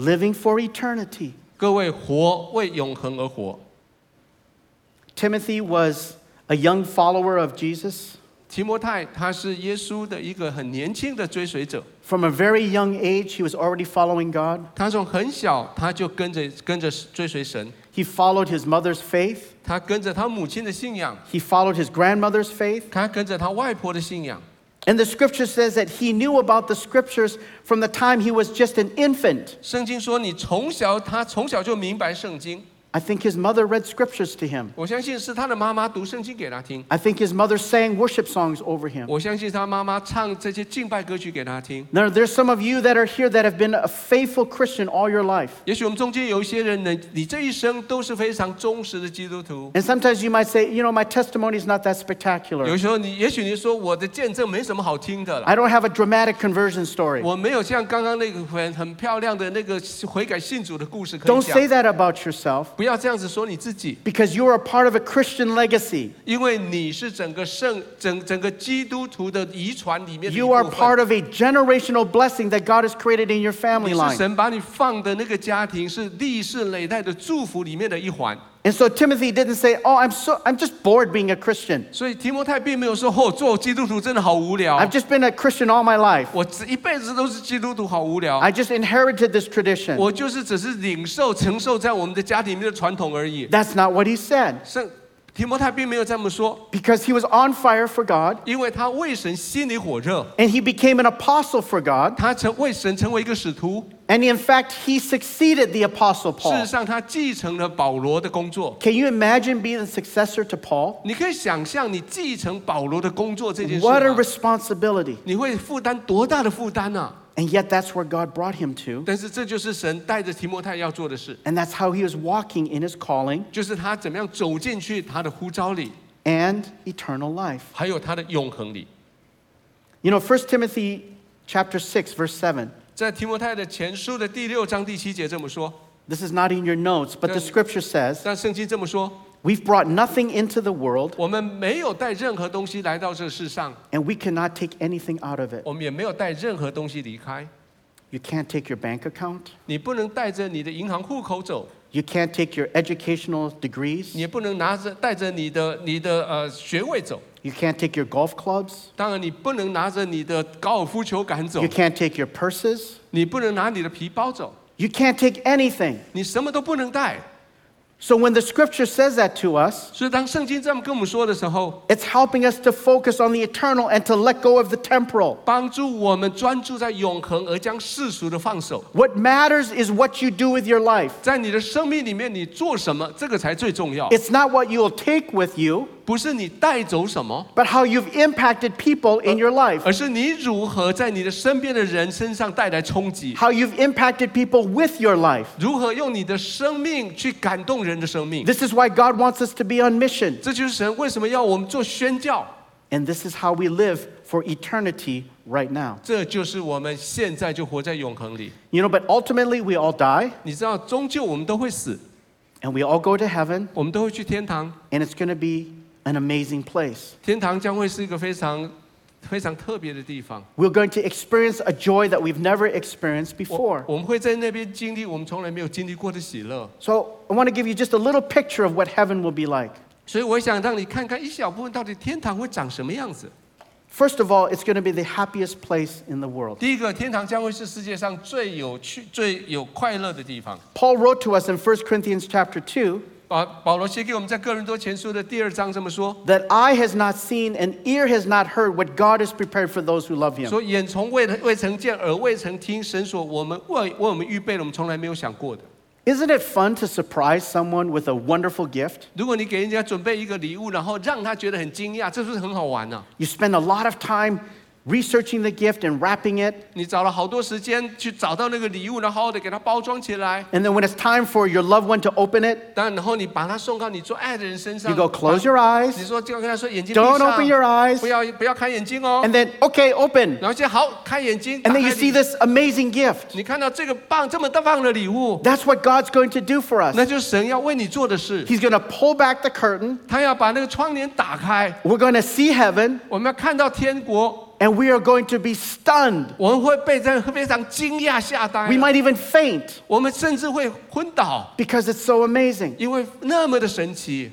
S1: Living for eternity.
S2: 各位，活为永恒而活。
S1: Timothy was a young follower of Jesus.
S2: 提摩太他是耶稣的一个很年轻的追随者，
S1: From a very young age, he was already following God.
S2: 他从很小他就跟着跟着追随神，
S1: He followed his mother's faith,
S2: 他跟着他母亲的信仰，
S1: he followed his grandmother's faith.
S2: 他跟着他外婆的信仰。
S1: And the scripture says that he knew about the scriptures from the time he was just an infant.
S2: 圣经说，你从小他从小就明白圣经，
S1: I think his mother read scriptures to him.
S2: 我相信是他的妈妈读圣经给他听，
S1: I think his mother sang worship songs over him.
S2: 我相信他妈妈唱这些敬拜歌曲给他听。
S1: Now, there's some of you that are here that have been a faithful Christian all your life.
S2: 也许我们中间有一些人呢，你这一生都是非常忠实的基督徒。
S1: And sometimes you might say, you know, my testimony is not that
S2: 有
S1: spectacular.
S2: 时候你，也许你说我的见证没什么好听的了。
S1: I don't have a dramatic conversion story.
S2: 我没有像刚刚那个很很漂亮的那个悔改信主的故事可以
S1: Don't say
S2: 讲。
S1: that about yourself
S2: 不要这样子说你自己，
S1: because you are a part of a Christian legacy.
S2: 因为你是整个圣 (laughs) 整整个基督徒的遗传里面的一
S1: You are
S2: 部分。
S1: part of a generational blessing that God has created in your
S2: 你
S1: family
S2: 是
S1: line.
S2: 神把你放的那个家庭是历世累代的祝福里面的一环，
S1: And so Timothy didn't say, "Oh, I'm so I'm just bored being a Christian.
S2: 所以提摩太并没有说哦，做基督徒真的好无聊
S1: I've，just been a Christian all my life.
S2: 我这一辈子都是基督徒，好无聊。
S1: I just inherited this tradition."
S2: 我就是只是领受承受在我们的家庭里面的传统而已。
S1: That's not what he said
S2: 圣提摩太并没有这么说，
S1: because he was on fire for God
S2: 因为他为神心里火热。
S1: and he became an apostle for God.
S2: 他成为神成为一个使徒，
S1: And in fact, he succeeded the apostle
S2: 事实
S1: Paul.
S2: 上他继承了保罗的工作。
S1: Can you imagine being the successor to Paul?
S2: 你可以想象你继承保罗的工作这件事
S1: What a
S2: 吗，
S1: responsibility.
S2: 你会负担多大的负担啊！
S1: And yet that's where God brought him to.
S2: 但是这就是神带着提摩太要做的事，
S1: And that's how he was walking in his calling
S2: 就是他怎么样走进去他的呼召里，
S1: and eternal life.
S2: 还有他的永恒里。
S1: You know, 1 Timothy chapter 6 verse 7.
S2: 在提摩太的前书的第六章第七节这么说，
S1: This is not in your notes, but the
S2: Doesn't-
S1: scripture says,
S2: 但圣经这么说：
S1: We've brought nothing into the world,
S2: 我们没有带任何东西来到这世上，
S1: and we cannot take anything out of it.
S2: 我们也没有带任何东西离开。
S1: You can't take your bank account.
S2: 你不能带着你的银行户口走，
S1: You can't take your educational
S2: 你
S1: degrees.
S2: 也不能拿着带着你的你的呃学位走，
S1: You can't take your golf clubs.
S2: 当然你不能拿着你的高尔夫球杆走
S1: You，can't take your purses.
S2: 你不能拿你的皮包走，
S1: You can't take anything.
S2: 你什么都不能带。
S1: So when the scripture says that to us,
S2: 所以当圣经这么跟我们说的时候，
S1: it's helping us to focus on the eternal and to let go of the temporal.
S2: 帮助我们专注在永恒，而将世俗的放手。
S1: What matters is what you do with your life.
S2: 在你的生命里面，你做什么，这个才最重要，
S1: It's not what you'll take with you,
S2: 不是你带走什么，
S1: but how you've impacted people in your life,
S2: 而是你如何在你的身边的人身上带来冲击，
S1: how you've impacted people with your life.
S2: 如何用你的生命去感动人的生命。
S1: This is why God wants us to be on mission.
S2: 这就是神为什么要我们做宣教，
S1: And this is how we live for eternity right now.
S2: 这就是我们现在就活在永恒里。
S1: You know, but ultimately we all die
S2: 你知道，终究我们都会死，
S1: and we all go to heaven,
S2: 我们都会去天堂，
S1: and it's going to be an amazing place.
S2: 天堂将会是一个非常非常特别的地方。
S1: We're going to experience a joy that we've never experienced
S2: 我
S1: before.
S2: 我们会在那边经历我们从来没有经历过的喜乐，
S1: So I want to give you just a little picture of what heaven will be like.
S2: 所以我想让你看看一小部分到底天堂会长什么样子。
S1: First of all, it's going to be the happiest place in the world.
S2: 第一个，天堂将会是世界上最有趣、最有快乐的地方。
S1: Paul wrote to us in 1 Corinthians chapter 2
S2: 保保罗写给我们在哥林多前书的第二章这么说：
S1: that eye has not seen and ear has not heard what God has prepared for those who love him.
S2: 说眼从未未曾见，耳未曾听，神所我们为为我们预备了我们从来没有想过的。
S1: Isn't it fun to surprise someone with a wonderful gift?
S2: 如果你给人家准备一个礼物，然后让他觉得很惊讶，这是不是很好玩呢、啊
S1: You spend a lot of time researching the gift and wrapping it,
S2: 你找了好多时间去找到那个礼物，然后好好的给它包装起来。
S1: and then when it's time for your loved one to open it,
S2: 当然，然后你把它送到你最爱的人身上。
S1: you go close your
S2: 你
S1: eyes,
S2: 说就跟他说眼睛闭
S1: don't
S2: 上
S1: open your eyes,
S2: 不要不要开眼睛哦。
S1: and then, okay, open.
S2: 然后现在好开眼睛，
S1: And then
S2: 打
S1: you
S2: 开
S1: see
S2: 礼
S1: this amazing gift.
S2: 你看到这个棒这么大棒的礼物，
S1: That's what God's going to do for
S2: 那
S1: us.
S2: 就是神要为你做的事。
S1: He's going to pull back the curtain.
S2: 他要把那个窗帘打开，
S1: We're going to see heaven,
S2: 我们要看到天国，
S1: and we are going to be stunned.
S2: 我们会被这非常惊讶吓呆
S1: We，might even faint
S2: 我们甚至会昏倒，
S1: because it's so amazing.
S2: 因为那么的神奇。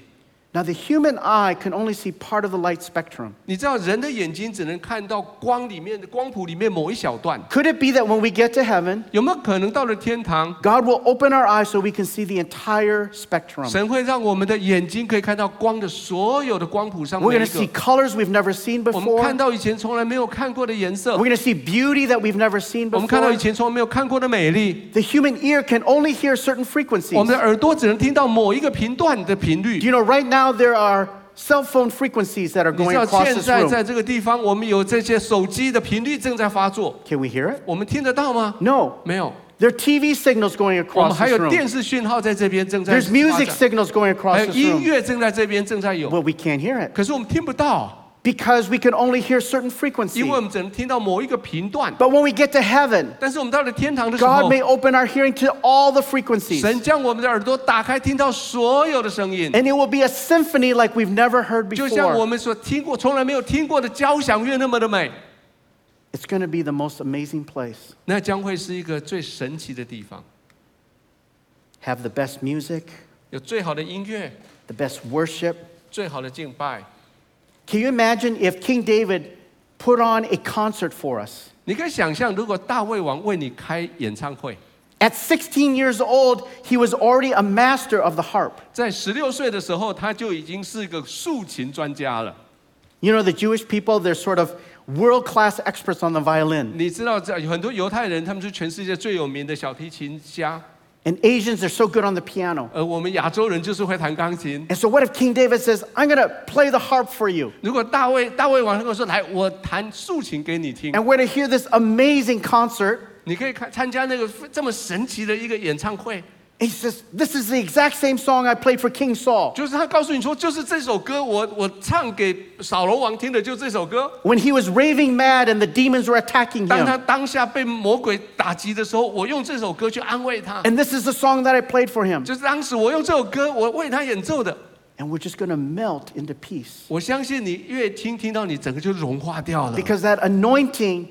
S1: Now, the human eye can only see part of the light spectrum.
S2: 你知道人的眼睛只能看到光里面的光谱里面某一小段，
S1: Could it be that when we get to heaven,
S2: 有没有可能到了天堂，
S1: God will open our eyes so we can see the entire spectrum?
S2: 神会让我们的眼睛可以看到光的所有的光谱上
S1: We're
S2: 每
S1: going
S2: 一
S1: to see
S2: 个？
S1: colors we've never seen
S2: 我们看
S1: before.
S2: 到以前从来没有看过的颜
S1: We're
S2: 色，
S1: going to see beauty that we've never seen
S2: 我们看到以
S1: before.
S2: 前从来没有看过的美丽。
S1: The human ear can only hear certain
S2: 我
S1: frequencies.
S2: 们的耳朵只能听到某一个频段的频率
S1: Do。you know, right now there are cell phone frequencies that are
S2: 你知
S1: going
S2: 道
S1: across
S2: 现
S1: this
S2: 在
S1: room.
S2: 在这个地方，我们有这些手机的频率正在发作，
S1: Can we hear it?
S2: 我们听得到吗？
S1: No.
S2: 没有，
S1: There are TV signals going
S2: 我们
S1: across
S2: 还
S1: this
S2: 有
S1: room.
S2: 电视讯号在这边正在
S1: There's
S2: 发
S1: music
S2: 展，
S1: signals going
S2: 还
S1: across
S2: 有
S1: this
S2: 音
S1: room.
S2: 乐正在这边正在有，
S1: But we can't hear it
S2: 可是我们听不到，
S1: because we can only hear certain
S2: 因
S1: frequencies.
S2: 为我们只能听到某一个频段。
S1: But when we get to heaven,
S2: 但是我们到了天堂的时
S1: God
S2: 候，
S1: may open our hearing to all the frequencies.
S2: 神将我们的耳朵打开，听到所有的声音，
S1: And it will be a symphony like we've never heard
S2: 就像我
S1: before.
S2: 们所听过、从来没有听过的交响乐那么的美。
S1: It's going to be the most amazing place.
S2: 那将会是一个最神奇的地方，
S1: Have the best music,
S2: 有最好的音乐，
S1: the best worship.
S2: 最好的敬拜。
S1: Can you imagine if King David put on a concert for us?
S2: 你可以想象，如果大胃王为你开演唱会，
S1: At 16 years old, he was already a master of the harp.
S2: 在十六岁的时候，他就已经是个竖琴专家了。
S1: You know, the Jewish people, they're sort of world class experts on the violin.
S2: 你知道，在很多犹太人，他们是全世界最有名的小提琴家，
S1: And Asians, they're so good on the piano.
S2: 而我们亚洲人就是会弹钢琴。
S1: And so, what if King David says, I'm going to play the harp for you?
S2: 如果大卫大卫王跟我说：“来，我弹竖琴给你听。
S1: And we're going to hear this amazing concert. ”
S2: 你可以看参加那个这么神奇的一个演唱会，
S1: He says, This is the exact same song I played for King Saul
S2: 就是他告诉你说，就是这首歌，我我唱给扫罗王听的，就这首歌。
S1: when he was raving mad and the demons were attacking
S2: 当他
S1: him.
S2: 当下被魔鬼打击的时候，我用这首歌去安慰他，
S1: And this is the song that I played for him.
S2: 就是当时我用这首歌，我为他演奏的。
S1: And we're just going to melt into peace
S2: 我相信你越听，听到你整个就融化掉了，
S1: because that anointing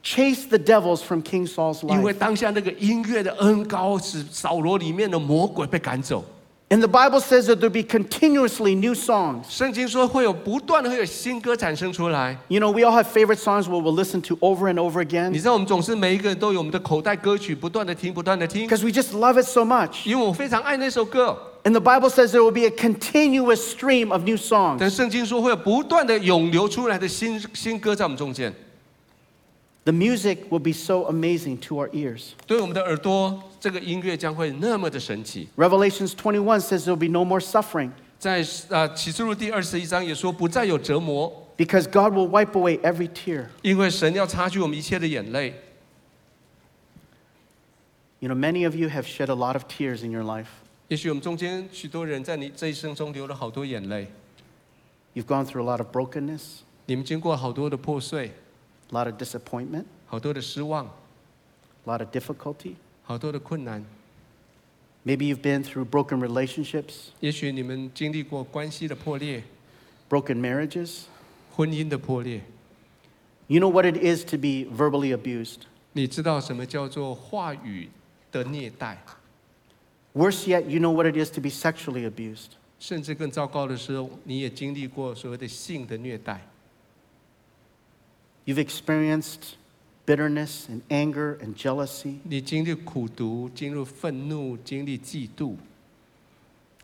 S1: chased the devils from King Saul's
S2: 因为
S1: life.
S2: 当下那个音乐的恩高使扫罗里面的魔鬼被赶走。
S1: And the Bible says that there'll be continuously new songs.
S2: 圣经说会有不断的会有新歌产生出来。
S1: You know, we all have favorite songs where we'll listen to over and over
S2: 你
S1: again
S2: 知道，我们总是每一个人都有我们的口袋歌曲，不断的听，不断的听，
S1: because we just love it so much.
S2: 因为我非常爱那首歌。
S1: And the Bible says there will be a continuous stream of new
S2: 但
S1: songs.
S2: 圣经说会有不断的涌流出来的新新歌在我们中间，
S1: The music will be so amazing to our ears.
S2: 对我们的耳朵，这个音乐将会那么的神奇。
S1: Revelations 21 says there will be no more suffering
S2: 在啊启示录第二十一章也说不再有折磨，
S1: because God will wipe away every tear.
S2: 因为神要擦去我们一切的眼泪。
S1: You know, many of you have shed a lot of tears in your life.
S2: 也许我们中间许多人在你这一生中流了好多眼泪，
S1: You've gone through a lot of brokenness,
S2: 你们经过好多的破碎，
S1: a lot of disappointment,
S2: 好多的失望，
S1: a lot of difficulty.
S2: 好多的困难。
S1: Maybe you've been through broken relationships,
S2: 也许你们经历过关系的破裂、
S1: broken marriages.
S2: 婚姻的破裂。
S1: You know what it is to be verbally abused.
S2: 你知道什么叫做话语的虐待？
S1: Worse yet, you know what it is to be sexually abused.
S2: 甚至更糟糕的是，你也经历过所谓的性的虐待。
S1: You've experienced bitterness and anger and jealousy.
S2: 你经历苦读，经历愤怒，经历嫉妒。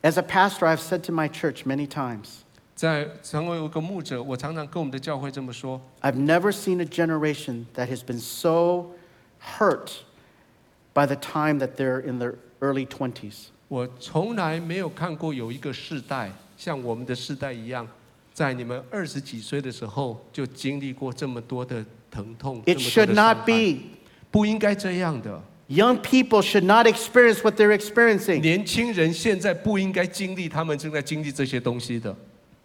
S1: As a pastor, I've said to my church many times
S2: 在成为一个牧者，我常常跟我们的教会这么说：
S1: I've never seen a generation that has been so hurt by the time that they're in their early 20s.
S2: 我从来没有看过有一个世代像我们的世代一样，在你们二十几岁的时候就经历过这么多的疼痛。这
S1: It
S2: 么多的
S1: should
S2: 伤
S1: not
S2: 害
S1: be.
S2: 不应该这样的。
S1: Young people should not experience what they're experiencing.
S2: 年轻人现在不应该经历他们正在经历这些东西的。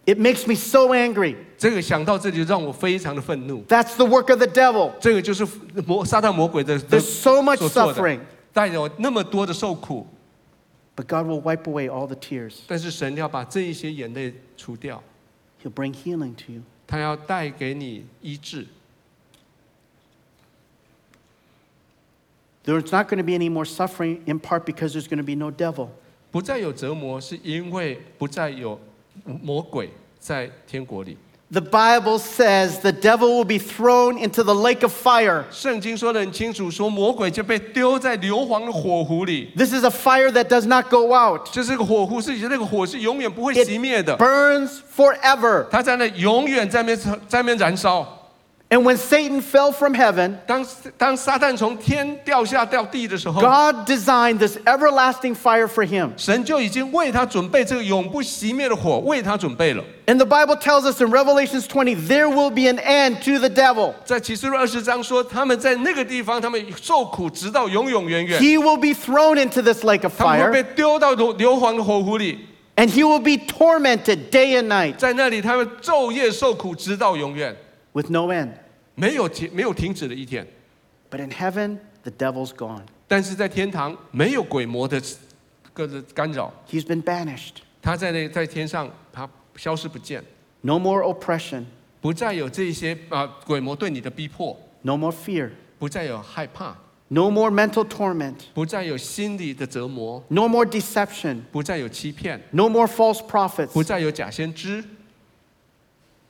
S1: It makes me so angry.
S2: 这个想到这里就让我非常的愤怒。
S1: That's the work of the devil.
S2: 这个就是魔撒旦魔鬼的的
S1: There's so much
S2: 所做
S1: suffering.
S2: 的，带有那么多的受苦，
S1: But God will wipe away all the tears.
S2: 但是神要把这一些眼泪除掉，
S1: He'll bring healing to you.
S2: 他要带给你医治。
S1: There's not going to be any more suffering, in part because there's going to be no devil.
S2: 不再有折磨，是因为不再有魔鬼在天国里。
S1: The Bible says the devil will be thrown into the lake of fire.
S2: 圣经说得很清楚，说魔鬼就被丢在硫磺的火湖里。
S1: This is a fire that does not go out,
S2: 这是个火湖，是那个火是永远不会
S1: It-
S2: 熄灭的，
S1: burns forever.
S2: 它在那永远在那边在那边燃烧。
S1: And when Satan fell from heaven,
S2: 当当撒旦从天掉下掉地的时候，
S1: God designed this everlasting fire for him.
S2: 神就已经为他准备这个永不熄灭的火，为他准备了。
S1: And the Bible tells us in Revelations 20 there will be an end to the devil.
S2: 在启示录二十章说，他们在那个地方，他们受苦直到永永远远，
S1: He will be thrown into this lake of
S2: 他们会
S1: fire
S2: 被丢到硫硫磺的火湖里，
S1: and he will be tormented day and night
S2: 在那里他们昼夜受苦直到永远，
S1: with no end.
S2: 没有停没有停止的一天。
S1: But in heaven, the devil's gone.
S2: 但是在天堂没有鬼魔的各个干扰，
S1: He's been banished.
S2: 他在那在天上他消失不见，
S1: No more oppression,
S2: 不再有这些啊、鬼魔对你的逼迫，
S1: no more fear,
S2: 不再有害怕，
S1: no more mental torment,
S2: 不再有心理的折磨，
S1: no more deception,
S2: 不再有欺骗。
S1: no more false prophets.
S2: 不再有假先知，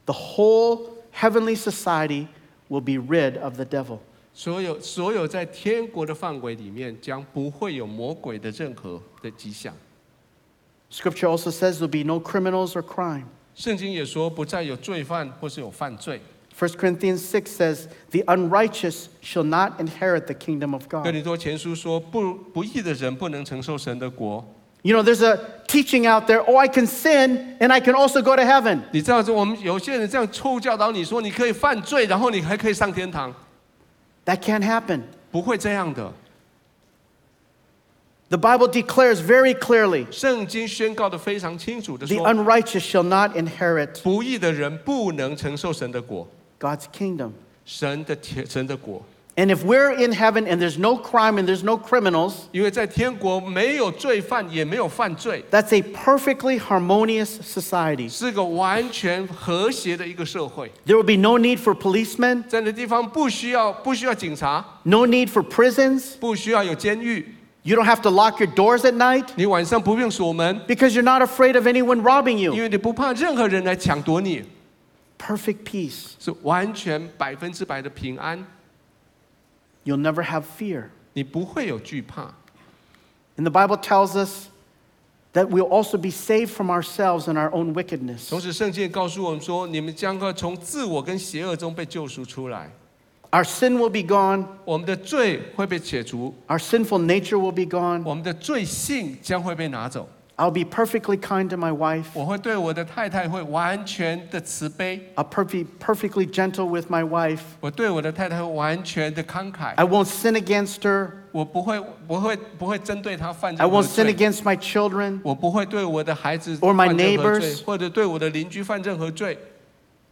S1: The whole heavenly society will be rid of the devil.
S2: 所有所有在天国的范围里面，将不会有魔鬼的任何的迹象。
S1: Scripture also says there'll be no criminals or crime.
S2: 圣经也说，不再有罪犯或是有犯罪。
S1: 1 Corinthians 6 says, The unrighteous shall not inherit the kingdom of
S2: 哥
S1: God.
S2: 林多前书说，不不义的人不能承受神的国。
S1: You know, there's a teaching out there oh, I can sin and I can also go to heaven.
S2: 你知道，这我们有些人这样臭教导你说，你可以犯罪，然后你还可以上天堂，
S1: That can't happen.
S2: 不会这样的。
S1: The Bible declares very clearly
S2: 圣经宣告的非常清楚的
S1: the
S2: 说，
S1: unrighteous shall not inherit
S2: 不义的人不能承受神的国，
S1: God's kingdom.
S2: 神的天神的国。
S1: And if we're in heaven and there's no crime and there's no criminals,
S2: 因为在天国没有罪犯，也没有犯罪，
S1: that's a perfectly harmonious society.
S2: 是个完全和谐的一个社会。
S1: There will be no need for policemen,
S2: 在那地方不需要不需要警察，
S1: no need for prisons.
S2: 不需要有监狱，
S1: You don't have to lock your doors at night
S2: 你晚上不用锁门，
S1: because you're not afraid of anyone robbing
S2: 因
S1: you.
S2: 为你不怕任何人来抢夺你，
S1: Perfect peace.
S2: 是完全百分之百的平安，
S1: You'll never have fear.
S2: 你不会有惧怕。
S1: And the Bible tells us that we'll also be saved from ourselves and our own wickedness.
S2: 同时，圣经也告诉我们说，你们将要从自我跟邪恶中被救赎出来，
S1: Our sin will be gone,
S2: 我们的罪会被解除，
S1: our sinful nature will be gone.
S2: 我们的罪性将会被拿走。
S1: I'll be perfectly kind to my wife,
S2: 我会对我的太太会完全的慈悲，
S1: I'll per- be perfectly gentle with my wife.
S2: 我对我的太太会完全的慷慨
S1: I，won't sin against her,
S2: 我不会不会不会针对她犯
S1: I
S2: 任何
S1: won't sin
S2: 罪，
S1: against my children
S2: 我不会对我的孩子
S1: Or my
S2: 犯任何罪
S1: neighbors
S2: 或者对我的邻居犯任何罪，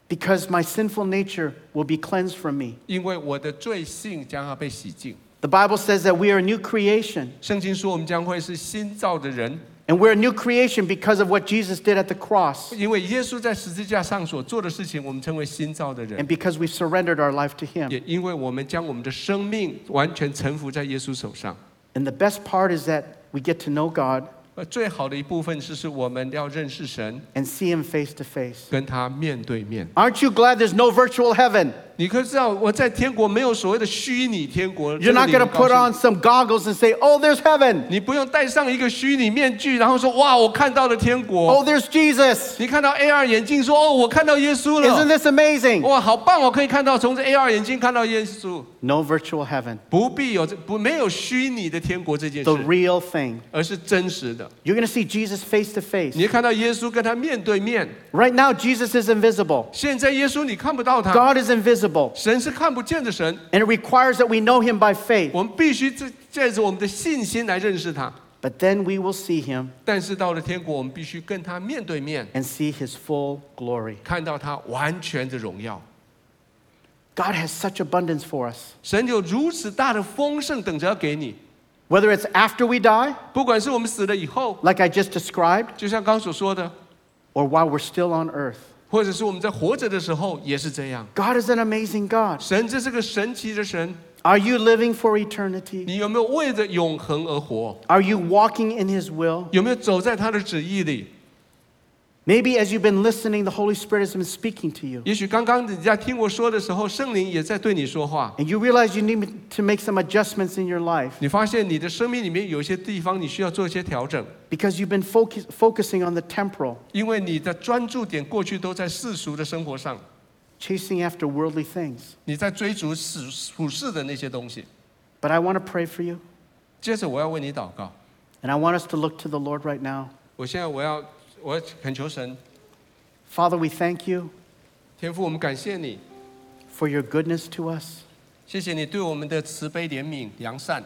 S1: because my sinful nature will be cleansed from me.
S2: 因为我的罪性将要被洗净。
S1: The Bible says that we are a new creation,
S2: 圣经说我们将会是新造的人，
S1: and we're a new creation because of what Jesus did at the cross
S2: 因为耶稣在十字架上所做的事情，我们称为新造的人
S1: and，because we've surrendered our life to Him.
S2: 也因为我们将我们的生命完全臣服在耶稣手上。
S1: And the best part is that we get to know God
S2: 而最好的一部分就是我们要认识神，
S1: and see Him face to face.
S2: 跟他面对面。
S1: Aren't you glad there's no virtual heaven?
S2: 你可知道，我在天国没有所谓的虚拟天国。这
S1: You're
S2: 个
S1: not
S2: 你
S1: going
S2: 能
S1: to put
S2: 告诉
S1: on some goggles and say, oh, there's heaven.
S2: 你不用戴上一个虚拟面具，然后说哇，我看到了天国。
S1: Oh, there's Jesus.
S2: 你看到 AR 眼镜说哦，我看到耶稣
S1: Isn't
S2: 了。
S1: this amazing?
S2: 哇，好棒！我可以看到从这 AR 眼镜看到耶稣，
S1: No virtual heaven,
S2: 不必有这不没有虚拟的天国这件
S1: the
S2: 事，
S1: real thing.
S2: 而是真实的。
S1: You're going to see Jesus face to face.
S2: 你看到耶稣跟他面对面，
S1: Right now, Jesus is invisible.
S2: 现在耶稣你看不到他，
S1: God is invisible.
S2: 神是看不见的神，
S1: And it requires that we know him by faith.
S2: 我们必须这借着我们的信心来认识他。
S1: But then we will see him
S2: 但是到了天国，我们必须跟他面对面，
S1: and see his full glory.
S2: 看到他完全的荣耀。
S1: God has such abundance for us.
S2: 神有如此大的丰盛等着要给你，
S1: Whether it's after we die,
S2: 不管是我们死了以后，
S1: like I just described,
S2: 就像刚刚所说的，
S1: or while we're still on earth,
S2: 或者是我们在活着的时候也是这样。
S1: God is an amazing God.
S2: 神这是个神奇的神，
S1: Are you living for eternity?
S2: 你有没有为着永恒而活？
S1: Are you walking in his will?
S2: 有没有走在他的旨意里？
S1: Maybe as you've been listening, the Holy Spirit has been speaking to you.
S2: 也许刚刚你在听我说的时候，圣灵也在对你说话。
S1: And you realize you need to make some adjustments in your life
S2: 你发现你的生命里面有一些地方你需要做一些调整，
S1: because you've been focus- focusing on the temporal,
S2: 因为你的专注点过去都在世俗的生活上。
S1: chasing after worldly things.
S2: 你在追逐属属世的那些东西。
S1: But I want to pray for you,
S2: 接着我要为你祷告，
S1: and I want us to look to the Lord right now.
S2: 我现在我要我要恳求神，
S1: Father, we thank you
S2: 天父，我们感谢你，
S1: for your goodness to us.
S2: 谢谢你对我们的慈悲怜悯良善。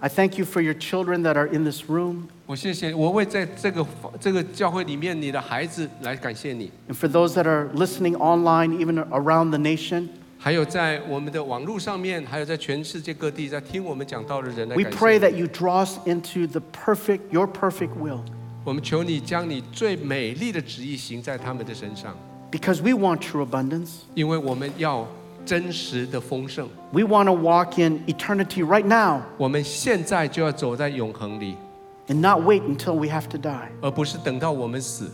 S1: I thank you for your children that are in this room
S2: 我谢谢，我为在这个这个教会里面你的孩子来感谢你，
S1: and for those that are listening online, even around the nation.
S2: 还有在我们的网络上面，还有在全世界各地在听我们讲道的人来
S1: We
S2: 感
S1: pray
S2: 谢你。
S1: that you draw us into the perfect, your perfect will,
S2: 我们求你将你最美丽的旨意行在他们的身上，
S1: because we want true abundance.
S2: 因为我们要真实的丰盛，
S1: We want to walk in eternity right now
S2: 我们现在就要走在永恒里。
S1: and not wait until we have to die.
S2: 而不是等到我们死。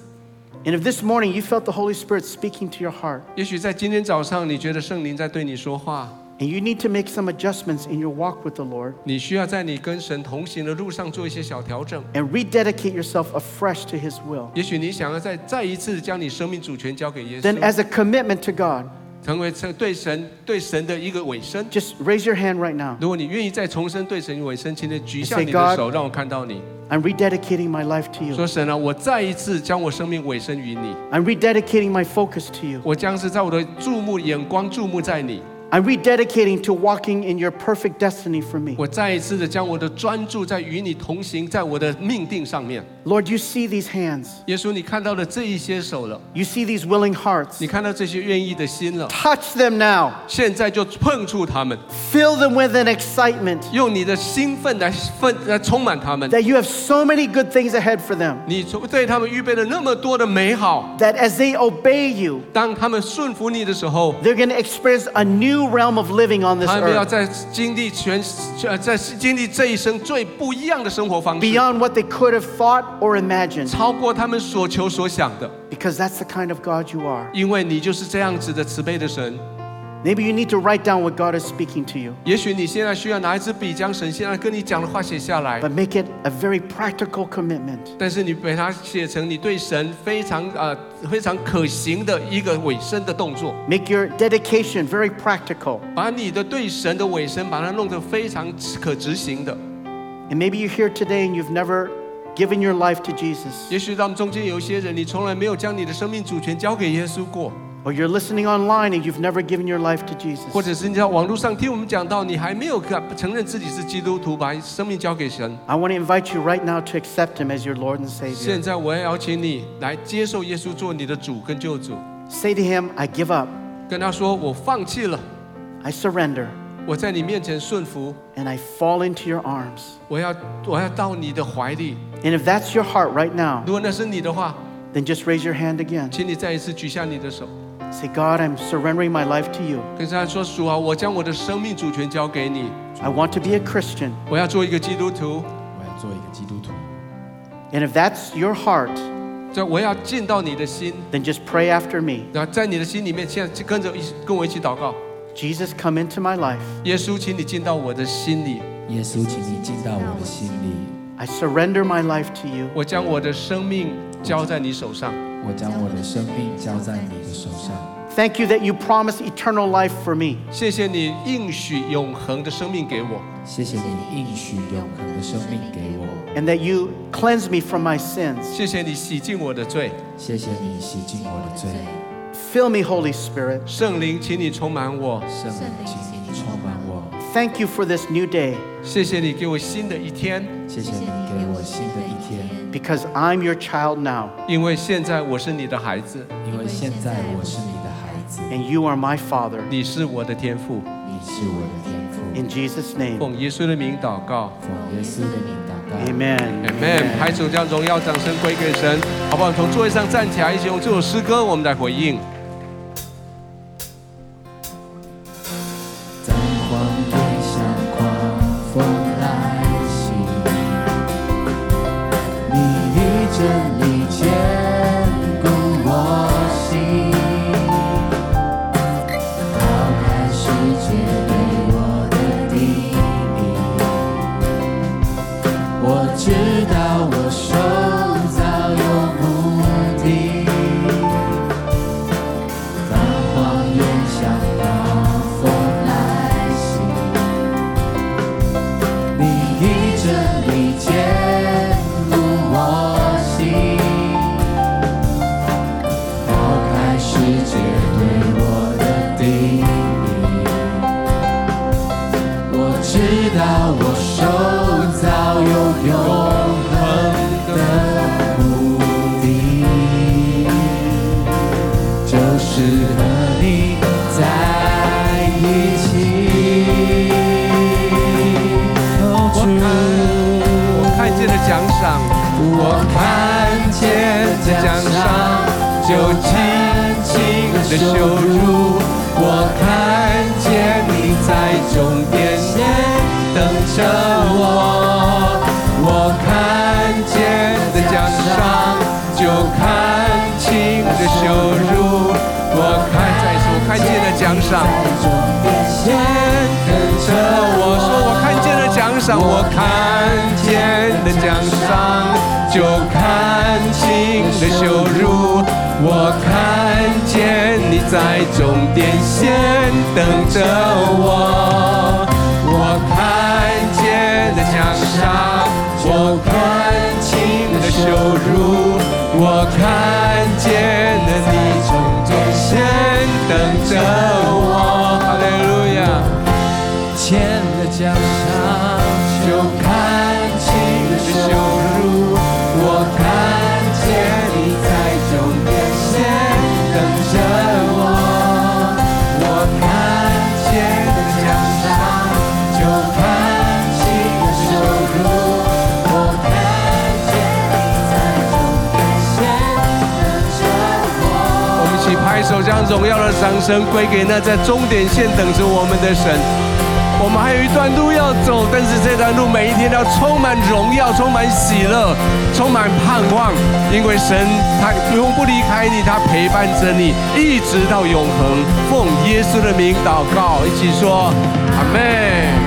S1: And if this morning you felt the Holy Spirit speaking to your heart
S2: 也许在今天早上，你觉得圣灵在对你说话，
S1: and you need to make some adjustments in your walk with the Lord
S2: 你需要在你跟神同行的路上做一些小调整。
S1: and rededicate yourself afresh to His will,
S2: 也许你想要再再一次将你生命主权交给耶
S1: then
S2: 稣，
S1: as a commitment to God,
S2: 成为这对神对神的一个委身。
S1: just raise your hand right now.
S2: 如果你愿意再重生对神委身，请你举
S1: You
S2: 下
S1: say,
S2: 你的
S1: "God-
S2: 手，让我看到你。
S1: I'm rededicating my life to you.
S2: 说神啊，我再一次将我生命委身于你，
S1: I'm rededicating my focus to you.
S2: 我将是在我的注目眼光注目在你，
S1: I'm rededicating to walking in your perfect destiny for me.
S2: 我再一次的将我的专注在与你同行，在我的命定上面。
S1: Lord, you see these hands.
S2: 耶稣，你看到了这一些手了。
S1: You see these willing hearts.
S2: 你看到这些愿意的心了，
S1: Touch them now.
S2: 现在就碰触他们，
S1: Fill them with an excitement
S2: 用你的兴奋来奋来充满他们。
S1: that you have so many good things ahead for them.
S2: 你从对他们预备了那么多的美好，
S1: That as they obey you,
S2: 当他们顺服你的时候，
S1: they're going to experience a new realm of living on this
S2: 他们要
S1: earth
S2: 在经历全呃在经历这一生最不一样的生活方式，
S1: beyond what they could have thought or imagined.
S2: 超过他们所求所想的，
S1: Because that's the kind of God you are.
S2: 因为你就是这样子的慈悲的神。
S1: Maybe you need to write down what God is speaking to you,
S2: 也许你现在需要拿一支笔，将神现在跟你讲的话写下来。
S1: but make it a very practical commitment.
S2: 但是你把它写成你对神非常呃非常可行的一个委身的动作，
S1: Make your dedication very practical.
S2: 把你的对神的委身把它弄得非常可执行的。
S1: And maybe you're here today and you've never given your life to Jesus,
S2: 也许他们中间有一些人，你从来没有将你的生命主权交给耶稣过，
S1: or you're listening online and you've never given your life to Jesus.
S2: 或者是你在网络上听我们讲到，你还没有敢承认自己是基督徒，把生命交给神。
S1: I want to invite you right now to accept Him as your Lord and
S2: 现
S1: Savior.
S2: 在我也邀请你来接受耶稣做你的主跟救主，
S1: Say to Him, I give up,
S2: 跟他说我放弃了，
S1: I surrender,
S2: 我在你面前顺服，
S1: and I fall into your arms.
S2: 我要我要到你的怀里。
S1: And if that's your heart right now,
S2: 如果那是你的话，
S1: then just raise your hand again.
S2: 请你再一次举下你的手，
S1: Say, God, I'm surrendering my life to you.
S2: 跟他说主啊，我将我的生命主权交给你，
S1: I want to be a Christian.
S2: 我要做一个基督徒，
S3: 我要做一个基督徒。
S1: And if that's your heart,
S2: 这我要进到你的心，
S1: then just pray after me.
S2: 然后在你的心里面，现在跟着一起跟我一起祷告。
S1: Jesus, come into my life.
S2: 耶稣，请你进到我的心里，
S3: 耶稣，请你进到我的心里，
S1: I surrender my life to you.
S2: 我将我的生命交在你手上。
S3: 我将我的生命交在你的手上。
S1: Thank you that you promised eternal life for me.
S2: 谢谢你应许永恒的生命给我，
S3: 谢谢你应许永恒的生命给我，
S1: and that you cleanse me from my sins.
S2: 谢谢你洗净我的罪。
S3: 谢谢你洗净我的罪。
S1: Fill me, Holy Spirit.
S2: 圣灵，请你充满我。
S3: 圣灵，请你充满我。
S1: Thank you for this new day
S2: 谢谢你给我新的一天，
S3: 谢谢你给我新的一天，
S1: because I'm your child now
S2: 因为现在我是你的孩子，
S3: 因为现在我是你的孩子，
S1: and you are my Father.
S2: 你是我的天父。
S3: 你是我的天父。
S1: In Jesus' name,
S2: 奉耶稣的名祷告
S3: 奉耶稣的名祷告。
S1: amen.
S2: ，Amen。排除将荣耀掌声归给神，好不好？从座位上站起来，一起用这首诗歌，我们来回应。
S3: 在荒野上狂风来袭，你以真理坚固我心，抛开世界对我的定义，我知道我受造有目的。当荒野像暴风来袭，你以真理坚固我心，抛开世界对我的定义，我知道我受造有永恒的目的。就是和你在一起。哦主
S2: 我看见了奖赏，
S3: 我看见奖赏，就轻轻的羞辱。我看见你在终点线等着我，我看见的奖赏，就看清的羞辱。我看再次，我看见了奖赏，
S4: 终点线
S3: 等着
S2: 我
S3: 我
S2: 说我看见了奖赏，我看见的奖赏，就看清的羞辱。我看见你在终点线等着我，我看见的奖赏，我看清的羞辱，我看见了你终点线等着我。哈利路亚。
S3: 欠的奖赏，
S2: 就看清的羞辱，我看见你在终点线等着我，我看见的奖赏，就看清的羞辱，我看见你在终点线等着我。我们一起拍手，将荣耀的掌声归给那在终点线等着我们的神。
S3: 我
S2: 我们还有一段路要走，但是这段路每一天都要充满荣耀，充满喜乐，充满盼望，因为神他永不离开你，他陪伴着你，一直到永恒。奉耶稣的名祷告，一起说阿门。